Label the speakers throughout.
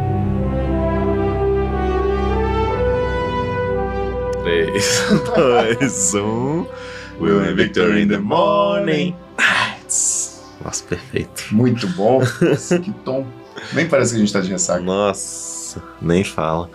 Speaker 1: dois, um. Will and Victor in the morning.
Speaker 2: Nossa, perfeito.
Speaker 1: Muito bom. Nossa, que tom. Nem parece que a gente tá de ressaca.
Speaker 2: Nossa, nem fala.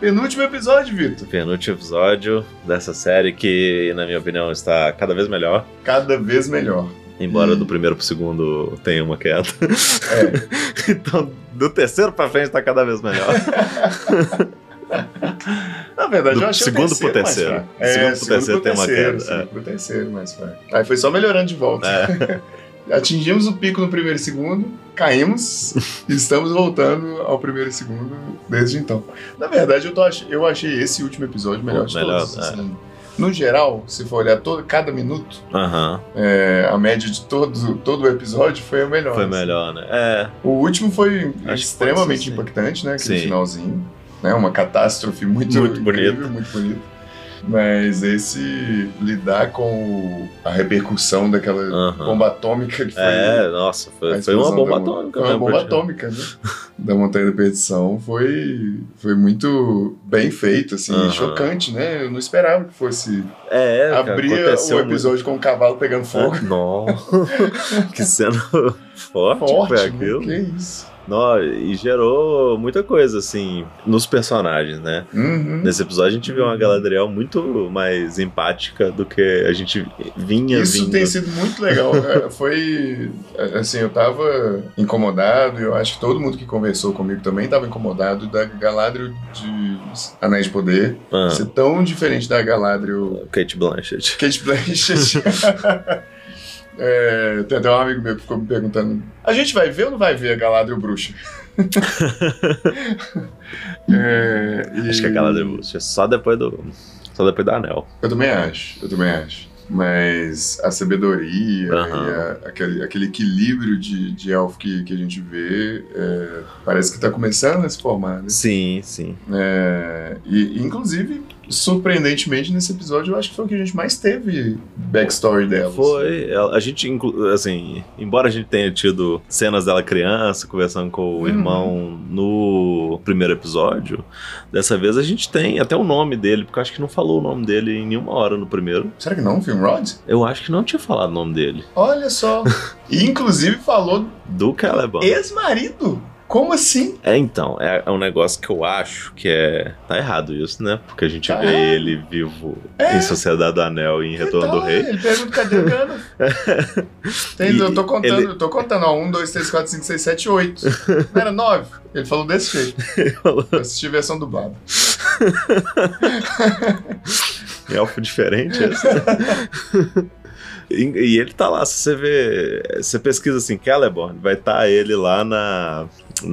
Speaker 1: Penúltimo episódio, Vitor.
Speaker 2: Penúltimo episódio dessa série que, na minha opinião, está cada vez melhor.
Speaker 1: Cada vez melhor.
Speaker 2: Embora
Speaker 1: Hum.
Speaker 2: do primeiro pro segundo tenha uma queda.
Speaker 1: É.
Speaker 2: Então, do terceiro pra frente tá cada vez melhor.
Speaker 1: Na verdade,
Speaker 2: Do
Speaker 1: eu achei
Speaker 2: segundo
Speaker 1: o terceiro
Speaker 2: pro
Speaker 1: mais
Speaker 2: terceiro.
Speaker 1: fraco.
Speaker 2: Do segundo pro terceiro tem uma
Speaker 1: terceiro,
Speaker 2: queda,
Speaker 1: Segundo pro terceiro, mais fraco. Aí foi só melhorando de volta.
Speaker 2: É.
Speaker 1: Atingimos o pico no primeiro e segundo, caímos e estamos voltando ao primeiro e segundo desde então. Na verdade, eu, tô ach- eu achei esse último episódio o melhor
Speaker 2: Pô,
Speaker 1: de
Speaker 2: melhor,
Speaker 1: todos.
Speaker 2: é.
Speaker 1: assim. No geral, se for olhar todo, cada minuto,
Speaker 2: Aham.
Speaker 1: é, a média de todo, todo o episódio foi o melhor.
Speaker 2: Foi
Speaker 1: assim.
Speaker 2: melhor, né? É.
Speaker 1: O último foi
Speaker 2: pode
Speaker 1: extremamente
Speaker 2: ser, sim.
Speaker 1: impactante, né? Aquele
Speaker 2: Sim.
Speaker 1: finalzinho. Né? Uma catástrofe muito,
Speaker 2: Muito
Speaker 1: incrível,
Speaker 2: bonita.
Speaker 1: muito bonita. Mas esse lidar com o- a repercussão daquela
Speaker 2: Aham.
Speaker 1: bomba atômica que foi.
Speaker 2: É, nossa,
Speaker 1: a
Speaker 2: foi, foi uma
Speaker 1: explosão
Speaker 2: bomba
Speaker 1: da mon-
Speaker 2: atômica.
Speaker 1: Foi
Speaker 2: né,
Speaker 1: uma bomba
Speaker 2: praticamente.
Speaker 1: atômica, né? da Montanha da Perdição foi, foi muito bem feito, assim,
Speaker 2: Aham.
Speaker 1: chocante, né? Eu não esperava que fosse
Speaker 2: É, é, cara,
Speaker 1: abrir o
Speaker 2: aconteceu muito. É,
Speaker 1: episódio com um cavalo pegando fogo.
Speaker 2: Nossa, que cena forte, que foi
Speaker 1: Forte, né?
Speaker 2: aquilo.
Speaker 1: que isso.
Speaker 2: Nó, e gerou muita coisa, assim, nos personagens, né?
Speaker 1: Uhum.
Speaker 2: Nesse episódio a gente viu uma Galadriel muito mais empática do que a gente vinha
Speaker 1: Isso
Speaker 2: vindo.
Speaker 1: tem sido muito legal. cara. Foi. Assim, eu tava incomodado, e eu acho que todo mundo que conversou comigo também tava incomodado da Galadriel de Anéis de Poder
Speaker 2: Ah,
Speaker 1: ser tão diferente da Galadriel
Speaker 2: Kate Blanchett.
Speaker 1: Kate Blanchett. É, tem até um amigo meu que ficou me perguntando: a gente vai ver ou não vai ver a Galadriel Bruxa? É, e-
Speaker 2: Acho que a Galadriel Blanchett é só depois do. Só depois da Anel.
Speaker 1: eu também acho, eu também acho. Mas a sabedoria
Speaker 2: Aham.
Speaker 1: e a- aquele, aquele equilíbrio de, de elfo que, que a gente vê é, parece que tá começando a se formar, né?
Speaker 2: Sim, sim.
Speaker 1: É, e, e, inclusive, surpreendentemente, nesse episódio eu acho que foi o que a gente mais teve backstory dela. assim.
Speaker 2: Foi. ela- A gente, inclu- assim, embora a gente tenha tido cenas dela criança, conversando com o
Speaker 1: Uhum.
Speaker 2: irmão no primeiro episódio, dessa vez a gente tem até o nome dele, porque eu acho que não falou o nome dele em nenhuma hora no primeiro.
Speaker 1: Será que não, Um Filmrod?
Speaker 2: Eu acho que não tinha falado o nome dele.
Speaker 1: Olha só. E, inclusive falou
Speaker 2: Do Celeban.
Speaker 1: ex-marido. Como assim?
Speaker 2: É, então, é, é um negócio que eu acho que é. Tá errado isso, né? Porque a gente
Speaker 1: Tá
Speaker 2: vê
Speaker 1: errado.
Speaker 2: ele vivo
Speaker 1: É.
Speaker 2: em Sociedade do Anel e em Retorno
Speaker 1: Então,
Speaker 2: É do Rei.
Speaker 1: Ele pergunta cadê o Gandalf? Tem-
Speaker 2: E
Speaker 1: eu tô contando,
Speaker 2: ele-
Speaker 1: eu tô contando, ó. 1, 2, 3, 4, 5, 6, 7, 8. Não era 9. Ele falou desse jeito.
Speaker 2: falou.
Speaker 1: Eu assisti a versão dublada.
Speaker 2: Elfo diferente esse. E, e ele tá lá, se você vê. Você pesquisa assim, Celeborn, vai estar ele lá na.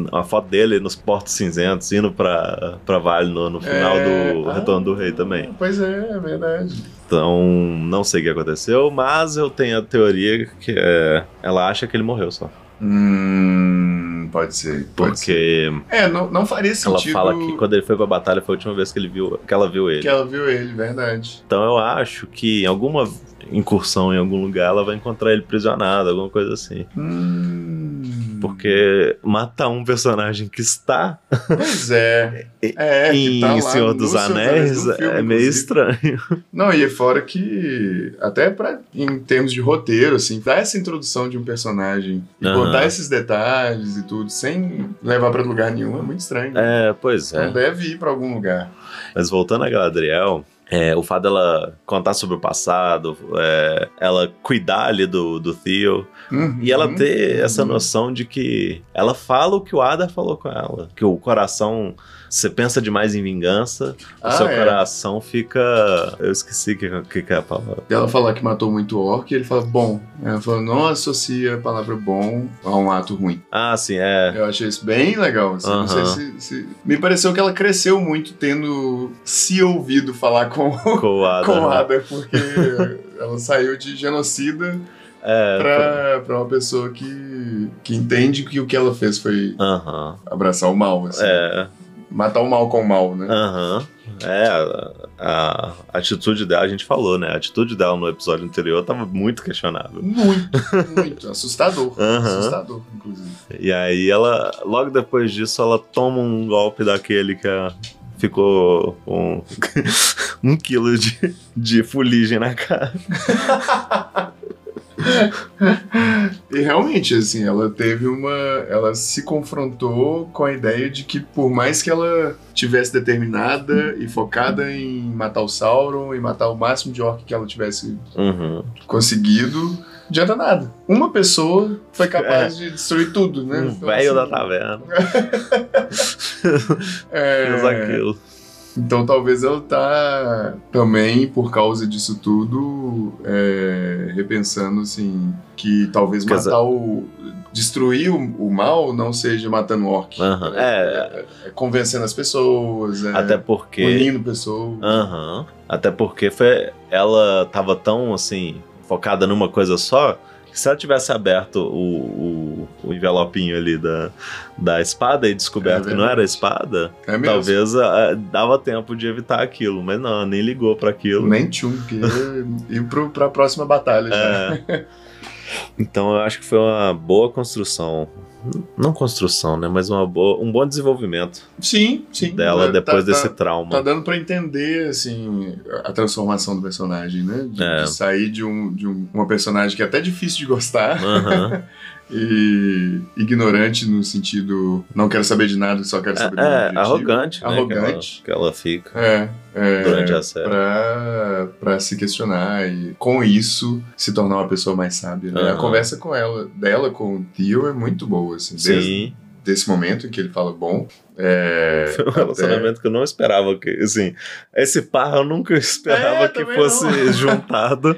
Speaker 2: A foto dele nos Portos Cinzentos, indo pra, pra Vale no, no final
Speaker 1: É,
Speaker 2: do
Speaker 1: ah,
Speaker 2: Retorno do Rei também.
Speaker 1: Pois é, é verdade.
Speaker 2: Então, não sei o que aconteceu, mas eu tenho a teoria que é, ela acha que ele morreu só.
Speaker 1: Hum, pode ser. pode ser.
Speaker 2: Porque
Speaker 1: É, não, não faria
Speaker 2: ela
Speaker 1: sentido
Speaker 2: fala que quando ele foi pra batalha foi a última vez que, ele viu, que ela viu ele.
Speaker 1: que ela viu ele, verdade.
Speaker 2: Então eu acho que em alguma incursão em algum lugar ela vai encontrar ele prisionado, alguma coisa assim.
Speaker 1: Hum.
Speaker 2: Porque matar um personagem que está
Speaker 1: Pois é. É, que
Speaker 2: em
Speaker 1: tá lá
Speaker 2: Senhor
Speaker 1: no
Speaker 2: dos
Speaker 1: Senhor
Speaker 2: Anéis
Speaker 1: no filme,
Speaker 2: é meio
Speaker 1: inclusive.
Speaker 2: estranho.
Speaker 1: Não, e é fora que, até pra, em termos de roteiro, assim, dar essa introdução de um personagem e
Speaker 2: Aham.
Speaker 1: botar esses detalhes e tudo, sem levar pra lugar nenhum, é muito estranho.
Speaker 2: É, pois
Speaker 1: Não
Speaker 2: é.
Speaker 1: deve ir pra algum lugar.
Speaker 2: Mas voltando a Galadriel, é, o fato dela contar sobre o passado, é, ela cuidar ali do, do Theo,
Speaker 1: Uhum.
Speaker 2: e ela ter essa
Speaker 1: Uhum.
Speaker 2: noção de que ela fala o que o Ada falou com ela, que o coração, você pensa demais em vingança,
Speaker 1: Ah,
Speaker 2: o seu
Speaker 1: é.
Speaker 2: coração fica... Eu esqueci o que, que, que é a palavra.
Speaker 1: Ela falar que matou muito orc, e ele fala bom. Ela fala, não associa a palavra bom a um ato ruim.
Speaker 2: Ah, sim, é...
Speaker 1: Eu achei isso bem legal. assim, Não sei
Speaker 2: Aham.
Speaker 1: se, se- Me pareceu que ela cresceu muito tendo se ouvido falar com,
Speaker 2: Com o Ada.
Speaker 1: com
Speaker 2: né?
Speaker 1: Ada, porque ela saiu de genocida
Speaker 2: É,
Speaker 1: pra, pra uma pessoa que, que entende que o que ela fez foi
Speaker 2: Aham,
Speaker 1: abraçar o mal, assim.
Speaker 2: é, Ah.
Speaker 1: Matar o mal com o mal, né?
Speaker 2: aham, é, a, a atitude dela, a gente falou, né, a atitude dela no episódio anterior tava muito questionável.
Speaker 1: Muito, muito. Assustador.
Speaker 2: Aham.
Speaker 1: Assustador, inclusive.
Speaker 2: E aí ela, logo depois disso, ela toma um golpe daquele que a ficou com um quilo de, de fuligem na cara.
Speaker 1: e realmente, assim, ela teve uma. Ela se confrontou com a ideia de que, por mais que ela tivesse determinada e focada em matar o Sauron e matar o máximo de orc que ela tivesse
Speaker 2: Uhum.
Speaker 1: conseguido, não adianta nada. Uma pessoa foi capaz de destruir tudo, né?
Speaker 2: É. Um
Speaker 1: Então,
Speaker 2: velho da
Speaker 1: assim,
Speaker 2: taverna fez
Speaker 1: é,
Speaker 2: aquilo.
Speaker 1: Então talvez ela tá também, por causa disso tudo, é, repensando assim, que talvez
Speaker 2: Quer dizer-
Speaker 1: matar o. destruir o, o mal não seja matando o orc.
Speaker 2: Aham, é.
Speaker 1: É convencendo as pessoas, é,
Speaker 2: Até porque.
Speaker 1: unindo pessoas.
Speaker 2: Aham. Até porque foi, ela tava tão, assim, focada numa coisa só, que se ela tivesse aberto o, o, o envelopinho ali da, da espada e
Speaker 1: É
Speaker 2: descoberto que não
Speaker 1: verdade.
Speaker 2: era a espada,
Speaker 1: é mesmo.
Speaker 2: talvez ah, dava tempo de evitar aquilo. Mas não, ela nem ligou pra aquilo.
Speaker 1: Nem tchum, que é ir pro, pra próxima batalha já.
Speaker 2: É. Então eu acho que foi uma boa construção. Não construção, né? Mas uma boa, um bom desenvolvimento
Speaker 1: Sim, sim.
Speaker 2: dela
Speaker 1: Tá-
Speaker 2: depois
Speaker 1: tá-
Speaker 2: desse
Speaker 1: tá-
Speaker 2: trauma.
Speaker 1: Tá dando pra entender, assim, a transformação do personagem, né? De,
Speaker 2: É.
Speaker 1: de sair de, um, de um, uma personagem que é até difícil de gostar
Speaker 2: Aham.
Speaker 1: e ignorante no sentido não quero saber de nada, só quero
Speaker 2: É,
Speaker 1: saber do
Speaker 2: é,
Speaker 1: meu objetivo.
Speaker 2: arrogante, né? que ela-
Speaker 1: Arrogante.
Speaker 2: que ela fica.
Speaker 1: É, é,
Speaker 2: durante a série.
Speaker 1: pra, pra se questionar e com isso se tornar uma pessoa mais sábia. né? A
Speaker 2: Aham.
Speaker 1: conversa com ela, dela com o Theo é muito boa, assim, desde
Speaker 2: Sim,
Speaker 1: desse momento em que ele fala bom. É,
Speaker 2: foi um
Speaker 1: até-
Speaker 2: relacionamento que eu não esperava que, assim, esse par eu nunca esperava
Speaker 1: É,
Speaker 2: que
Speaker 1: também
Speaker 2: fosse
Speaker 1: não.
Speaker 2: juntado.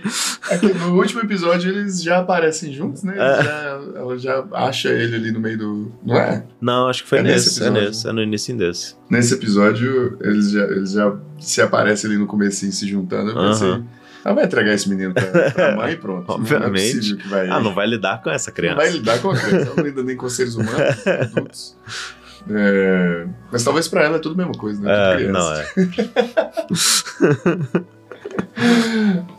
Speaker 1: É que no último episódio eles já aparecem juntos, né? Eles
Speaker 2: É.
Speaker 1: já- ela já acha ele ali no meio do. Não é?
Speaker 2: Não, acho que foi
Speaker 1: É nesse
Speaker 2: nesse, é
Speaker 1: episódio.
Speaker 2: nesse, é no início desse.
Speaker 1: Nesse episódio, eles já, eles já se aparecem ali no comecinho se juntando. Eu pensei,
Speaker 2: Aham.
Speaker 1: ela vai entregar esse menino pra, pra mãe e pronto. Não é
Speaker 2: Obviamente.
Speaker 1: possível que vai.
Speaker 2: Ah, não vai lidar com essa
Speaker 1: não vai
Speaker 2: criança.
Speaker 1: lidar com a criança, ela não lida nem com seres humanos, adultos. É, mas talvez pra ela é tudo a mesma coisa, né? Tudo
Speaker 2: É,
Speaker 1: criança.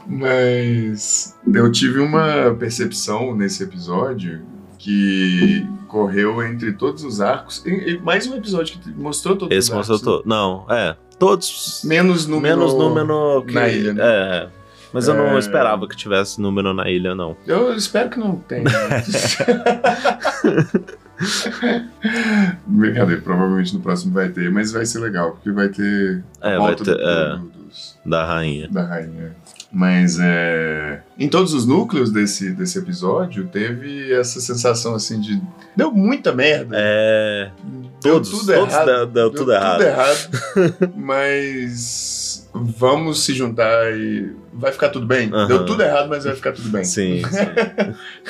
Speaker 2: não, é.
Speaker 1: Mas eu tive uma percepção nesse episódio que correu entre todos os arcos. E, e mais um episódio que mostrou todos
Speaker 2: Esse
Speaker 1: os arcos.
Speaker 2: mostrou todo. Não, é. Todos.
Speaker 1: né? Menos número.
Speaker 2: Menos número que.
Speaker 1: na ilha, né?
Speaker 2: É. Mas eu não
Speaker 1: É.
Speaker 2: esperava que tivesse número na ilha, não.
Speaker 1: Eu espero que não tenha. né? Brincadeira, provavelmente no próximo vai ter, mas vai ser legal, porque vai ter
Speaker 2: É, vai
Speaker 1: volta
Speaker 2: ter.
Speaker 1: do-
Speaker 2: é,
Speaker 1: do- dos,
Speaker 2: da rainha.
Speaker 1: da rainha. Mas é, em todos os núcleos desse, desse episódio, teve essa sensação assim de. Deu muita merda.
Speaker 2: É.
Speaker 1: deu
Speaker 2: Todos,
Speaker 1: tudo
Speaker 2: todos
Speaker 1: errado.
Speaker 2: deu, deu tudo errado.
Speaker 1: errado, mas vamos se juntar e vai ficar tudo bem.
Speaker 2: Aham.
Speaker 1: Deu tudo errado, mas vai ficar tudo bem.
Speaker 2: Sim,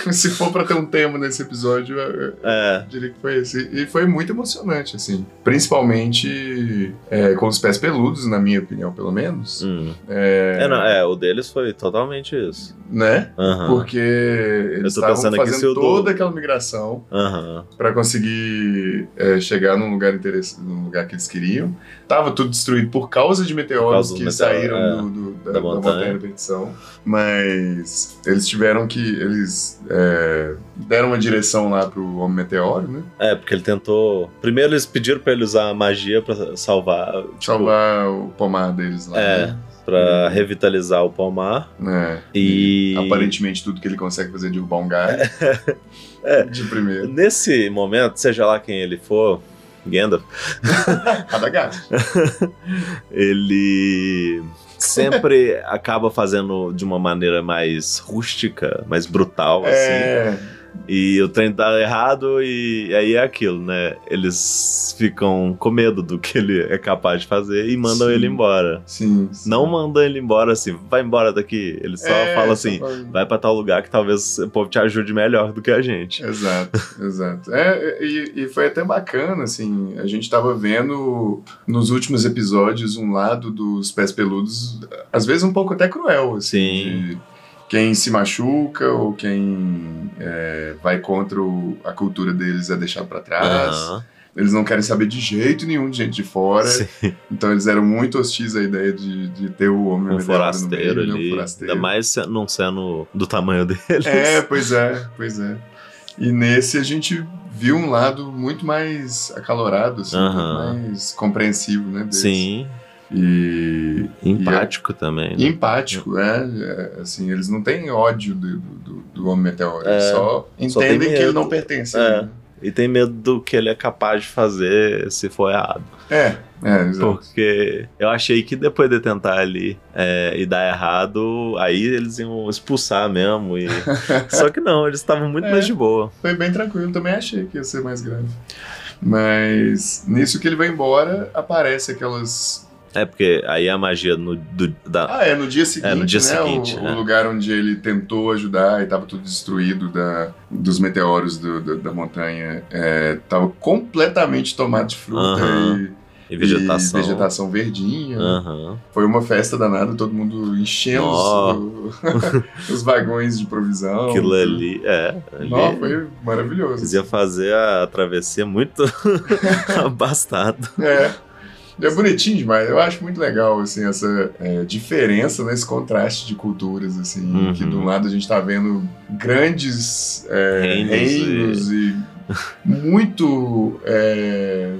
Speaker 2: sim.
Speaker 1: se for pra ter um tema nesse episódio, eu- eu
Speaker 2: É.
Speaker 1: diria que foi esse. E foi muito emocionante, assim. Principalmente é, com os pés peludos, na minha opinião, pelo menos.
Speaker 2: Hum.
Speaker 1: É,
Speaker 2: É, não, é, o deles foi totalmente isso.
Speaker 1: Né?
Speaker 2: Aham.
Speaker 1: Porque eles
Speaker 2: Ah. tô
Speaker 1: estavam
Speaker 2: pensando aqui se
Speaker 1: fazendo
Speaker 2: eu dou-
Speaker 1: toda aquela migração
Speaker 2: Aham.
Speaker 1: para conseguir é, chegar num lugar interess... num lugar que eles queriam. Tava tudo destruído por causa de meteoros
Speaker 2: causa dos
Speaker 1: que
Speaker 2: meteoros,
Speaker 1: saíram
Speaker 2: é,
Speaker 1: do- do-
Speaker 2: da
Speaker 1: da, da montanha.
Speaker 2: montanha.
Speaker 1: da Perdição. Mas eles tiveram que. Eles é, deram uma direção lá pro Homem Meteoro, né?
Speaker 2: É, porque ele tentou. Primeiro eles pediram pra ele usar a magia pra salvar. tipo,
Speaker 1: Salvar o pomar deles lá.
Speaker 2: É,
Speaker 1: né?
Speaker 2: pra revitalizar o palmar.
Speaker 1: É.
Speaker 2: E.
Speaker 1: Aparentemente tudo que ele consegue fazer é derrubar um galho.
Speaker 2: É.
Speaker 1: De primeiro.
Speaker 2: Nesse momento, seja lá quem ele for, Gandalf,
Speaker 1: Cada gato.
Speaker 2: ele sempre acaba fazendo de uma maneira mais rústica, mais brutal, assim.
Speaker 1: É.
Speaker 2: E o trem dá errado e aí é aquilo, né? Eles ficam com medo do que ele é capaz de fazer e mandam
Speaker 1: Sim.
Speaker 2: ele embora.
Speaker 1: Sim. sim.
Speaker 2: Não mandam ele embora assim, vai embora daqui. Ele só
Speaker 1: É,
Speaker 2: fala
Speaker 1: só
Speaker 2: assim,
Speaker 1: fala-
Speaker 2: vai pra tal lugar que talvez o povo te ajude melhor do que a
Speaker 1: É,
Speaker 2: gente.
Speaker 1: Exato, exato. É, e, e foi até bacana, assim, a gente tava vendo nos últimos episódios um lado dos pés peludos, às vezes um pouco até cruel, assim.
Speaker 2: Sim.
Speaker 1: de quem se machuca ou quem é, vai contra o- a cultura deles é deixado pra trás.
Speaker 2: Aham.
Speaker 1: Eles não querem saber de jeito nenhum de gente de fora.
Speaker 2: Sim,
Speaker 1: Então eles eram muito hostis à ideia de, de ter o homem
Speaker 2: um
Speaker 1: meteoro no
Speaker 2: forasteiro
Speaker 1: meio, né, um
Speaker 2: ali.
Speaker 1: forasteiro.
Speaker 2: Ainda mais se- não sendo do tamanho deles.
Speaker 1: É, pois é, pois é. E nesse a gente viu um lado muito mais acalorado, assim,
Speaker 2: Aham.
Speaker 1: muito mais compreensivo, né? deles.
Speaker 2: Sim.
Speaker 1: E
Speaker 2: Empático também.
Speaker 1: e
Speaker 2: Né?
Speaker 1: empático, é, é, Assim, eles não têm ódio do, do, do homem meteoro, eles
Speaker 2: É,
Speaker 1: só
Speaker 2: só tem
Speaker 1: entendem que ele
Speaker 2: medo.
Speaker 1: não pertence.
Speaker 2: É.
Speaker 1: né?
Speaker 2: E tem medo do que ele é capaz de fazer se for errado.
Speaker 1: é, é, exato.
Speaker 2: Porque eu achei que depois de tentar ali é, e dar errado, aí eles iam expulsar mesmo. e- Só que não, eles estavam muito
Speaker 1: É.
Speaker 2: mais de boa.
Speaker 1: Foi bem tranquilo, também achei que ia ser mais grave. Mas nisso que ele vai embora, aparece aquelas.
Speaker 2: É, porque aí a magia no, do, da.
Speaker 1: Ah, é, no dia seguinte,
Speaker 2: É, no dia
Speaker 1: né?
Speaker 2: seguinte,
Speaker 1: o,
Speaker 2: né?
Speaker 1: o lugar onde ele tentou ajudar e tava tudo destruído da, dos meteoros do- do- da montanha. É, tava completamente tomado de fruta
Speaker 2: Aham.
Speaker 1: e,
Speaker 2: E vegetação. Ah.
Speaker 1: e vegetação verdinha.
Speaker 2: Aham.
Speaker 1: Foi uma festa danada, todo mundo enchendo os-
Speaker 2: Nó.
Speaker 1: o- os vagões de provisão.
Speaker 2: Aquilo ali, é. Ali,
Speaker 1: Nó, foi maravilhoso.
Speaker 2: Eles iam fazer a travessia muito abastado.
Speaker 1: É. É bonitinho demais. Eu acho muito legal, assim, essa é, diferença, né, esse contraste de culturas, assim,
Speaker 2: Uhum.
Speaker 1: que de um lado a gente tá vendo grandes é, reinos,
Speaker 2: Reinos
Speaker 1: e... muito... é,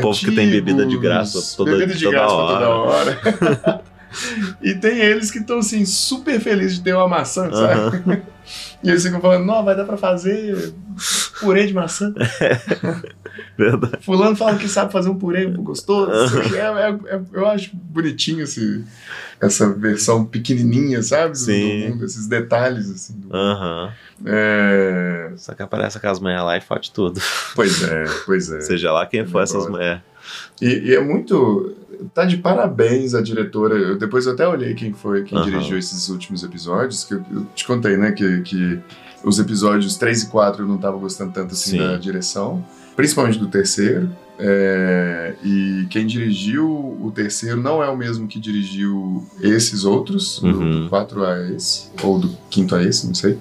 Speaker 2: Povo que tem bebida de graça
Speaker 1: antigos,
Speaker 2: toda-
Speaker 1: bebida de
Speaker 2: toda
Speaker 1: graça
Speaker 2: hora.
Speaker 1: toda hora. e tem eles que estão, assim, super felizes de ter uma maçã, sabe?
Speaker 2: Aham.
Speaker 1: E eles ficam falando, não, vai dar pra fazer purê de maçã.
Speaker 2: Verdade.
Speaker 1: Fulano fala que sabe fazer um purê gostoso. não sei o quê. É- é- é- eu acho bonitinho esse, essa versão pequenininha, sabe? do-
Speaker 2: Sim.
Speaker 1: Do mundo, esses detalhes, assim. do-
Speaker 2: Aham.
Speaker 1: É,
Speaker 2: Só que aparece aquelas mulheres lá e fode tudo.
Speaker 1: Pois é, pois é.
Speaker 2: Seja lá quem for essas
Speaker 1: Negócio.
Speaker 2: mulheres.
Speaker 1: E, e é muito... Tá de parabéns a diretora. Eu- depois eu até olhei quem foi, quem
Speaker 2: Aham.
Speaker 1: dirigiu esses últimos episódios, que eu, eu te contei, né? Que, que os episódios 3 e 4 eu não tava gostando tanto assim
Speaker 2: Sim.
Speaker 1: da direção. Principalmente do terceiro. É, e quem dirigiu o terceiro não é o mesmo que dirigiu esses outros, do,
Speaker 2: Uhum.
Speaker 1: do 4 a esse, ou do quinto a esse, não sei.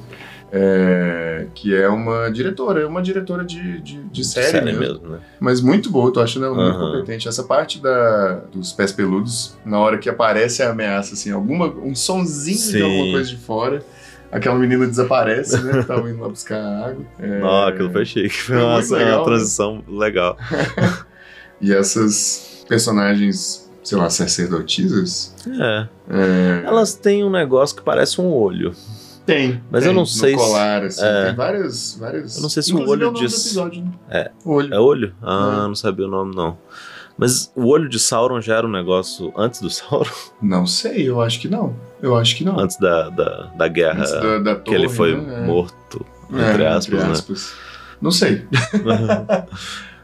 Speaker 1: É, que é uma diretora, é uma diretora de, de, de série, mesmo.
Speaker 2: né?
Speaker 1: Mas muito boa, eu tô achando ela muito
Speaker 2: Aham.
Speaker 1: competente. Essa parte da, dos pés peludos, na hora que aparece a ameaça, assim, alguma, um sonzinho de
Speaker 2: Sim.
Speaker 1: alguma coisa de fora, aquela menina desaparece, né? que tava indo lá buscar água. É,
Speaker 2: Não, aquilo foi chique. Foi
Speaker 1: Foi
Speaker 2: uma,
Speaker 1: muito
Speaker 2: uma
Speaker 1: legal, né?
Speaker 2: transição legal.
Speaker 1: E essas personagens, sei lá, sacerdotisas?
Speaker 2: É.
Speaker 1: É,
Speaker 2: Elas têm um negócio que parece um olho.
Speaker 1: tem.
Speaker 2: Mas
Speaker 1: tem,
Speaker 2: eu não
Speaker 1: no
Speaker 2: sei se-
Speaker 1: colar, assim,
Speaker 2: é.
Speaker 1: tem várias, várias...
Speaker 2: Eu não sei se o
Speaker 1: Inclusive,
Speaker 2: olho
Speaker 1: é o nome do
Speaker 2: disso-
Speaker 1: episódio, né?
Speaker 2: É.
Speaker 1: O olho.
Speaker 2: É olho? Ah,
Speaker 1: É.
Speaker 2: não sabia o nome, não. Mas o olho de Sauron já era um negócio antes do Sauron?
Speaker 1: Não sei, eu acho que não. Eu acho que não.
Speaker 2: Antes da, da, da guerra.
Speaker 1: Antes da, da
Speaker 2: Ah, que ele
Speaker 1: torre,
Speaker 2: foi
Speaker 1: né? É.
Speaker 2: morto.
Speaker 1: É,
Speaker 2: Entre aspas, né?
Speaker 1: aspas. Não sei.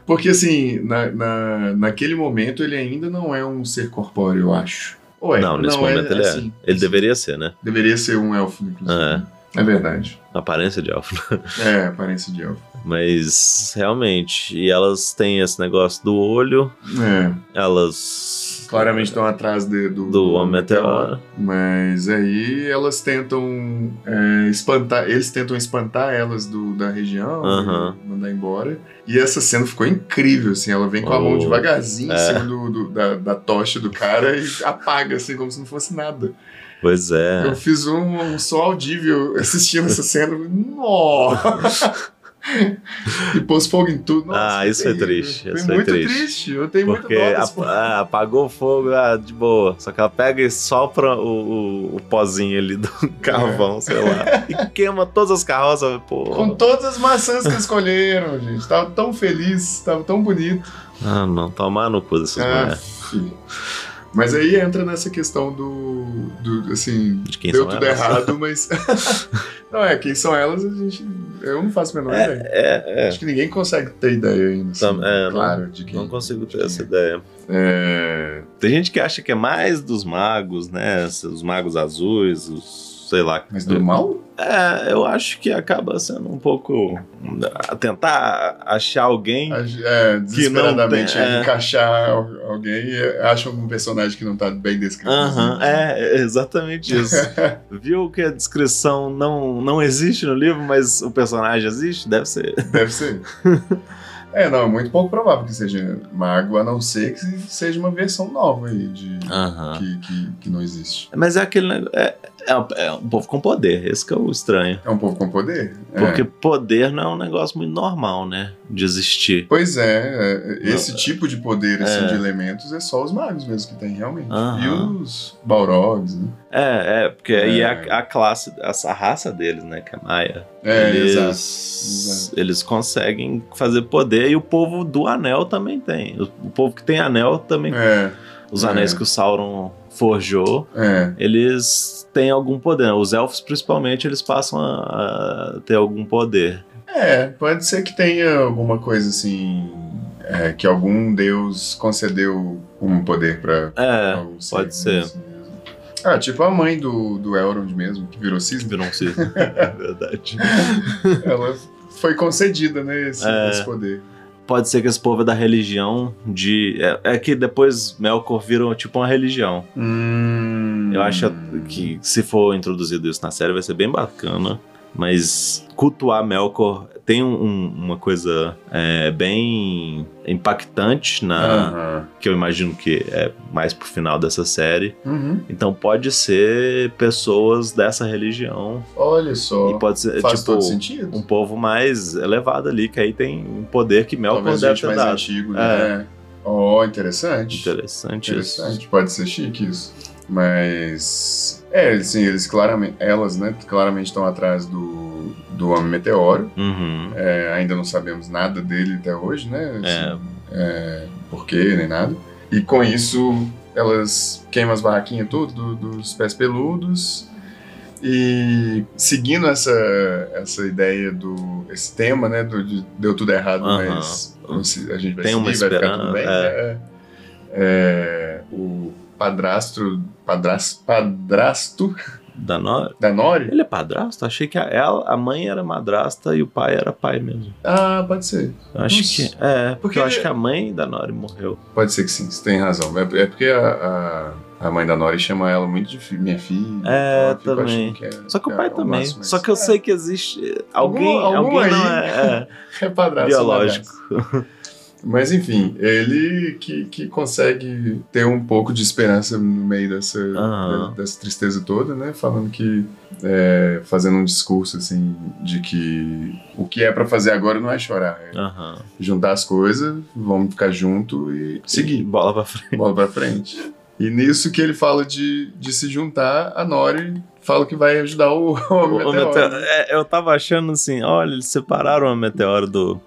Speaker 1: Porque, assim, na, na, naquele momento ele ainda não é um ser corpóreo, eu acho. Ou é?
Speaker 2: Não, nesse momento ele é.
Speaker 1: assim.
Speaker 2: Ele deveria ser, né?
Speaker 1: Deveria ser um elfo, inclusive. É, verdade.
Speaker 2: Aparência de elfo.
Speaker 1: É, aparência de elfo.
Speaker 2: Mas realmente, e elas têm esse negócio do olho,
Speaker 1: É,
Speaker 2: elas.
Speaker 1: claramente estão atrás de- do...
Speaker 2: Do homem meteoro.
Speaker 1: Mas aí elas tentam é, espantar... Eles tentam espantar elas do, da região,
Speaker 2: Aham.
Speaker 1: e mandar embora. E essa cena ficou incrível, assim. Ela vem com a mão
Speaker 2: Oh,
Speaker 1: devagarzinho em
Speaker 2: é.
Speaker 1: cima do, do- da, da tocha do cara e apaga, assim, como se não fosse nada.
Speaker 2: Pois é.
Speaker 1: Eu fiz um, um som audível assistindo essa cena. Nossa! e pôs fogo em tudo. Nossa,
Speaker 2: Ah,
Speaker 1: foi
Speaker 2: isso foi
Speaker 1: terrível.
Speaker 2: triste,
Speaker 1: Foi
Speaker 2: isso foi
Speaker 1: muito triste.
Speaker 2: triste.
Speaker 1: Eu tenho
Speaker 2: Porque
Speaker 1: muito assim. dó
Speaker 2: ap-
Speaker 1: desse povo.
Speaker 2: ah, apagou o fogo, ah, de boa. Só que ela pega e sopra o, o, o pozinho ali do carvão, sei lá. E queima todas as carroças, pô.
Speaker 1: Com todas as maçãs que escolheram, gente. Tava tão feliz, tava tão bonito.
Speaker 2: Ah, não, tomar no cu dessas
Speaker 1: Ah,
Speaker 2: mulheres.
Speaker 1: Aff. Mas aí entra nessa questão do. do assim.
Speaker 2: De quem
Speaker 1: deu
Speaker 2: são
Speaker 1: tudo
Speaker 2: elas?
Speaker 1: errado, mas. não, é, quem são elas, a gente. Eu não faço a menor ideia.
Speaker 2: É, é.
Speaker 1: Acho que ninguém consegue ter ideia ainda. assim,
Speaker 2: Tam- é, não-
Speaker 1: claro, de quem.
Speaker 2: Não consigo
Speaker 1: de
Speaker 2: ter assim,
Speaker 1: quem
Speaker 2: essa
Speaker 1: é.
Speaker 2: ideia.
Speaker 1: É,
Speaker 2: Tem gente que acha que é mais dos magos, né? Os magos azuis, os. sei lá.
Speaker 1: mas do mal?
Speaker 2: É, eu acho que acaba sendo um pouco. Tentar achar alguém.
Speaker 1: É, desesperadamente
Speaker 2: Que não tem- é.
Speaker 1: encaixar al- alguém e acha algum personagem que não tá bem descrito.
Speaker 2: Aham,
Speaker 1: assim.
Speaker 2: é, é exatamente isso. Viu que a descrição não, não existe no livro, mas o personagem existe? Deve ser.
Speaker 1: Deve ser. É, não, é muito pouco provável que seja mago, a não ser que seja uma versão nova aí de.
Speaker 2: Aham.
Speaker 1: Que, que, que não existe.
Speaker 2: Mas é aquele negócio. É, É, é um povo com poder, esse que é o estranho.
Speaker 1: É um povo com poder. É.
Speaker 2: Porque poder não é um negócio muito normal, né? De existir.
Speaker 1: Pois é, é, esse
Speaker 2: Não, é.
Speaker 1: tipo de poder assim,
Speaker 2: É.
Speaker 1: de elementos é só os magos mesmo que tem, realmente. E
Speaker 2: Aham.
Speaker 1: os Balrogs, né?
Speaker 2: É, é, porque aí
Speaker 1: É.
Speaker 2: a, a classe, essa raça deles, né, que é Maia.
Speaker 1: É,
Speaker 2: eles,
Speaker 1: exato.
Speaker 2: eles conseguem fazer poder e o povo do anel também tem. O, o povo que tem anel também.
Speaker 1: É,
Speaker 2: Os anéis
Speaker 1: é.
Speaker 2: que o Sauron forjou.
Speaker 1: é.
Speaker 2: eles têm algum poder. né? Os elfos, principalmente, eles passam a, a ter algum poder.
Speaker 1: É, pode ser que tenha alguma coisa assim. é, que algum deus concedeu um poder pra
Speaker 2: É,
Speaker 1: algum ser,
Speaker 2: pode
Speaker 1: né,
Speaker 2: ser.
Speaker 1: assim mesmo. Ah, tipo a mãe do, do Elrond mesmo, que virou cisne.
Speaker 2: virou um cisne. é verdade.
Speaker 1: Ela foi concedida, né, esse,
Speaker 2: É.
Speaker 1: esse poder.
Speaker 2: Pode ser que esse povo é da religião de. É, é que depois Melkor virou tipo uma religião.
Speaker 1: Hum.
Speaker 2: Eu acho que se for introduzido isso na série vai ser bem bacana. Mas cultuar Melkor tem um- um- uma coisa é, bem impactante na.
Speaker 1: Aham.
Speaker 2: Que eu imagino que é mais pro final dessa série.
Speaker 1: Uhum.
Speaker 2: Então pode ser pessoas dessa religião
Speaker 1: Olha só.
Speaker 2: e pode ser
Speaker 1: Faz todo
Speaker 2: tipo
Speaker 1: sentido.
Speaker 2: um povo mais elevado ali que aí tem um poder é que Melkor
Speaker 1: Talvez
Speaker 2: deve
Speaker 1: gente
Speaker 2: ter
Speaker 1: mais
Speaker 2: dado.
Speaker 1: antigo, né?
Speaker 2: É.
Speaker 1: Ó, interessante.
Speaker 2: Então, Interessante, isso.
Speaker 1: Interessante, pode ser chique isso. Mas. É, assim, eles claramente. Elas, né? Claramente estão atrás do, do Homem Meteoro.
Speaker 2: Uhum.
Speaker 1: É, ainda não sabemos nada dele até hoje, né?
Speaker 2: É.
Speaker 1: é, por quê, nem nada. E com isso, elas queimam as barraquinhas tudo do- dos pés peludos. E seguindo essa, essa ideia do. esse tema, né? Do, de deu tudo errado,
Speaker 2: Aham.
Speaker 1: mas se- a gente vai
Speaker 2: Tem
Speaker 1: seguir,
Speaker 2: uma
Speaker 1: vai ficar tudo
Speaker 2: esperança,
Speaker 1: bem. né?
Speaker 2: é.
Speaker 1: É, o padrasto. Padrasto, padrasto
Speaker 2: Da Nora.
Speaker 1: da Nori?
Speaker 2: Ele é padrasto? Achei que a- ela, a mãe era madrasta e o pai era pai mesmo.
Speaker 1: Ah, pode ser.
Speaker 2: Eu acho
Speaker 1: Nossa.
Speaker 2: que. É, porque,
Speaker 1: Porque
Speaker 2: eu
Speaker 1: ele-
Speaker 2: acho que a mãe da Nori morreu.
Speaker 1: Pode ser que sim, você tem razão. É, é porque a, a, a mãe da Nori chama ela muito de fi- minha filha.
Speaker 2: É,
Speaker 1: então eu fico
Speaker 2: também.
Speaker 1: achando Que é,
Speaker 2: Só que o
Speaker 1: é
Speaker 2: pai
Speaker 1: um
Speaker 2: também.
Speaker 1: laço, mas-
Speaker 2: Só que eu
Speaker 1: é,
Speaker 2: sei que existe.
Speaker 1: Algum-
Speaker 2: Alguém,
Speaker 1: algum
Speaker 2: alguém não
Speaker 1: aí.
Speaker 2: é,
Speaker 1: É
Speaker 2: é
Speaker 1: padrasto.
Speaker 2: biológico.
Speaker 1: padrasto. Mas enfim, ele que, que consegue ter um pouco de esperança no meio dessa,
Speaker 2: Aham.
Speaker 1: da- dessa tristeza toda, né? Falando que. é, fazendo um discurso assim de que o que é pra fazer agora não é chorar, é
Speaker 2: Aham.
Speaker 1: juntar as coisas, vamos ficar junto e seguir.
Speaker 2: Bola pra frente.
Speaker 1: bola pra frente. E nisso que ele fala de, de se juntar, a Nori fala que vai ajudar o,
Speaker 2: O-
Speaker 1: o,
Speaker 2: o
Speaker 1: meteoro. né?
Speaker 2: meteoro. É, eu tava achando assim, olha, eles separaram a meteoro do,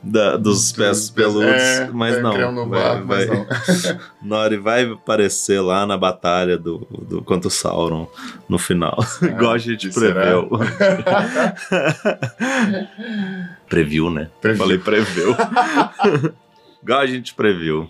Speaker 2: da- dos pés peludos,
Speaker 1: É,
Speaker 2: mas
Speaker 1: vai
Speaker 2: não.
Speaker 1: criar um novo arco, mas não.
Speaker 2: Nori vai aparecer lá na batalha do, do contra o Sauron no final. Igual a gente
Speaker 1: que Ah, será?
Speaker 2: preveu. previu, né?
Speaker 1: Previ-
Speaker 2: Falei preveu. Igual a gente previu.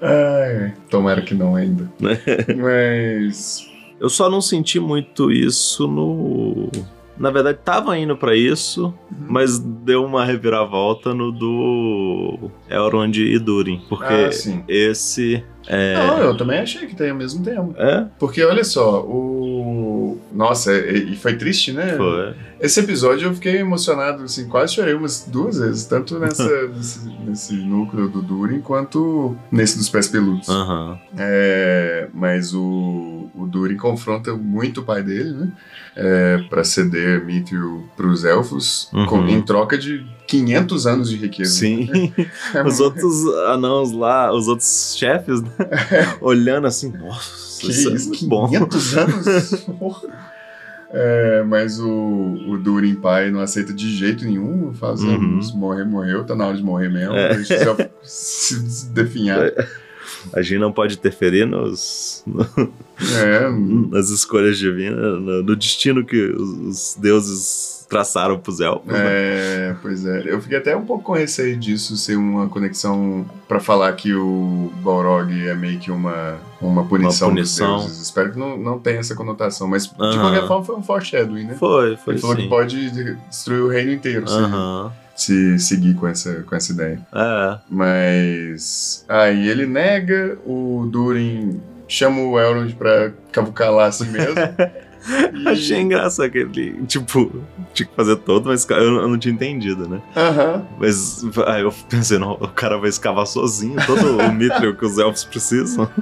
Speaker 1: Ai, tomara que não ainda.
Speaker 2: Né?
Speaker 1: Mas.
Speaker 2: Eu só não senti muito isso no. Na verdade, tava indo pra isso,
Speaker 1: Uhum.
Speaker 2: mas deu uma reviravolta no do Elrond e Durin, porque
Speaker 1: Ah, sim.
Speaker 2: esse é
Speaker 1: Não, eu também achei que tem o mesmo tema. né?
Speaker 2: é,
Speaker 1: Porque olha só, o. Nossa, e e foi triste, né?
Speaker 2: foi.
Speaker 1: Esse episódio eu fiquei emocionado, assim, quase chorei umas duas vezes, tanto nessa, nesse, nesse núcleo do Durin quanto nesse dos pés peludos.
Speaker 2: Aham.
Speaker 1: É, mas o, o Durin confronta muito o pai dele, né? É, para ceder Mithril pros elfos,
Speaker 2: Uhum.
Speaker 1: com- em troca de 500 anos de riqueza.
Speaker 2: Sim.
Speaker 1: É
Speaker 2: Os
Speaker 1: muito-
Speaker 2: outros anãos lá, os outros chefes, né? Olhando assim, nossa,
Speaker 1: É. que
Speaker 2: isso é
Speaker 1: isso,
Speaker 2: muito bom.
Speaker 1: 500 anos? Porra. É, mas o, o Durin pai não aceita de jeito nenhum. Faz
Speaker 2: Uhum.
Speaker 1: se morrer, morreu. Tá na hora de morrer mesmo.
Speaker 2: É.
Speaker 1: Deixa o elfo se, se definhar.
Speaker 2: A gente não pode interferir nos,
Speaker 1: É,
Speaker 2: nas escolhas divinas, no, no destino que os, os deuses traçaram pros elfos. né?
Speaker 1: É, pois é. Eu fiquei até um pouco com receio disso ser uma conexão pra falar que o Balrog é meio que uma, uma punição,
Speaker 2: Uma
Speaker 1: dos
Speaker 2: punição.
Speaker 1: deuses. Espero que não, não tenha essa conotação, mas de
Speaker 2: Aham.
Speaker 1: qualquer forma foi um foreshadowing, né?
Speaker 2: Foi, foi
Speaker 1: Ele falou
Speaker 2: sim.
Speaker 1: que pode de- destruir o reino inteiro se-
Speaker 2: Aham.
Speaker 1: se, seguir com essa, com essa ideia.
Speaker 2: É.
Speaker 1: Mas aí ele nega, o Durin chama o Elrond pra cavucar lá a si mesmo. E-
Speaker 2: Achei engraçado que ele, tipo, tinha que fazer todo, mas eu, eu não tinha entendido, né?
Speaker 1: Aham.
Speaker 2: Mas aí eu pensei, não, o cara vai escavar sozinho todo o mitril que os elfos precisam.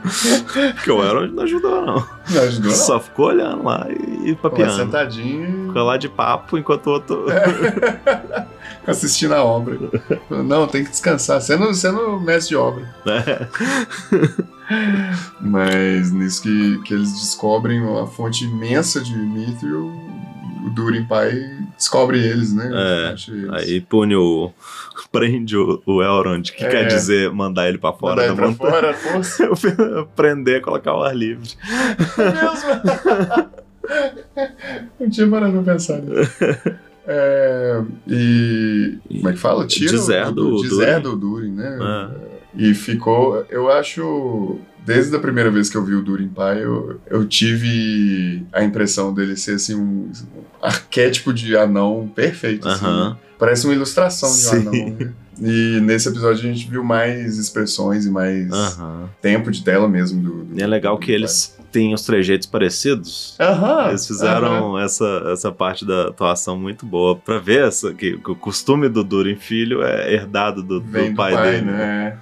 Speaker 2: Porque o Elrond não ajudou, não.
Speaker 1: Não ajudou? não?
Speaker 2: Só ficou olhando lá e, e
Speaker 1: Ficou lá
Speaker 2: papiando.
Speaker 1: sentadinho,
Speaker 2: Ficou lá de papo enquanto o outro.
Speaker 1: É. assistindo a obra. Não, tem que descansar. é Sendo, sendo mestre de obra.
Speaker 2: né?
Speaker 1: Mas nisso que, que eles descobrem uma fonte imensa de mithril, o Durin Pai descobre eles, né?
Speaker 2: É,
Speaker 1: Acha eles.
Speaker 2: Aí pune o. Prende o, o Elrond, que
Speaker 1: É.
Speaker 2: quer dizer mandar ele pra
Speaker 1: Manda
Speaker 2: fora da
Speaker 1: ele pra
Speaker 2: montanha.
Speaker 1: fora, força.
Speaker 2: Eu prender, colocar ao ar livre.
Speaker 1: mesmo? Não tinha parado Um pra pensar nisso. É, e. Como é que fala? Tira o-
Speaker 2: Deserda o Durin.
Speaker 1: Deserda o Durin, né?
Speaker 2: É.
Speaker 1: E ficou. Eu acho. Desde a primeira vez que eu vi o Durin Pai, eu, eu tive a impressão dele ser assim, um, um arquétipo de anão perfeito. assim.
Speaker 2: Aham.
Speaker 1: Parece uma ilustração de um
Speaker 2: Sim.
Speaker 1: anão. Né? E nesse episódio a gente viu mais expressões e mais
Speaker 2: Aham.
Speaker 1: tempo de tela mesmo do. do
Speaker 2: E é legal que eles têm os trejeitos parecidos.
Speaker 1: Ah, Aham.
Speaker 2: Eles fizeram essa, essa parte da atuação muito boa pra ver essa, que, que o costume do Durin filho é herdado do, do
Speaker 1: Vem do
Speaker 2: pai, dele. Né?
Speaker 1: né?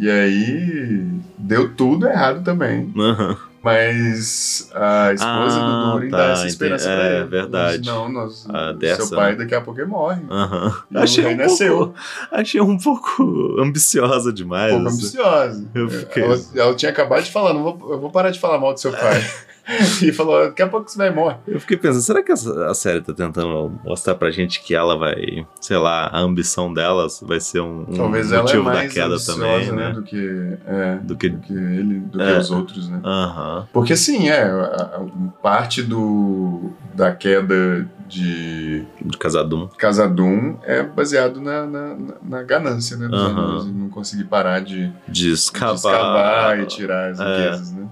Speaker 1: E aí deu tudo errado também.
Speaker 2: Aham.
Speaker 1: Mas a esposa
Speaker 2: Ah,
Speaker 1: do Durin
Speaker 2: tá,
Speaker 1: dá essa
Speaker 2: entendi.
Speaker 1: esperança pra
Speaker 2: É,
Speaker 1: ele.
Speaker 2: verdade.
Speaker 1: Diz, Não, nós,
Speaker 2: A
Speaker 1: seu
Speaker 2: Dersa,
Speaker 1: pai
Speaker 2: né?
Speaker 1: daqui a pouco ele morre.
Speaker 2: Aham.
Speaker 1: E o rei
Speaker 2: um
Speaker 1: nasceu.
Speaker 2: pouco, achei um pouco ambiciosa demais.
Speaker 1: pouco
Speaker 2: assim.
Speaker 1: ambiciosa. É,
Speaker 2: Eu fiquei-
Speaker 1: Ela, ela tinha acabado de falar, não vou, eu vou parar de falar mal do seu pai. e falou, daqui a pouco você vai morrer.
Speaker 2: Eu fiquei pensando, será que essa- a série tá tentando mostrar pra gente que ela vai, sei lá, a ambição dela vai ser um, um
Speaker 1: Talvez ela é
Speaker 2: motivo da
Speaker 1: mais
Speaker 2: queda
Speaker 1: ambiciosa,
Speaker 2: também,
Speaker 1: né?
Speaker 2: né?
Speaker 1: Do que, é,
Speaker 2: Do que.
Speaker 1: do que ele, do
Speaker 2: É.
Speaker 1: que os outros, né?
Speaker 2: Aham.
Speaker 1: Porque sim, é, a- a- parte do, da queda de
Speaker 2: De Casadum.
Speaker 1: Casadum é baseado na, na, na- na ganância, né? Dos
Speaker 2: Aham.
Speaker 1: anãos, e não conseguir parar de, de
Speaker 2: De escavar.
Speaker 1: escavar e tirar as
Speaker 2: É.
Speaker 1: riquezas, né?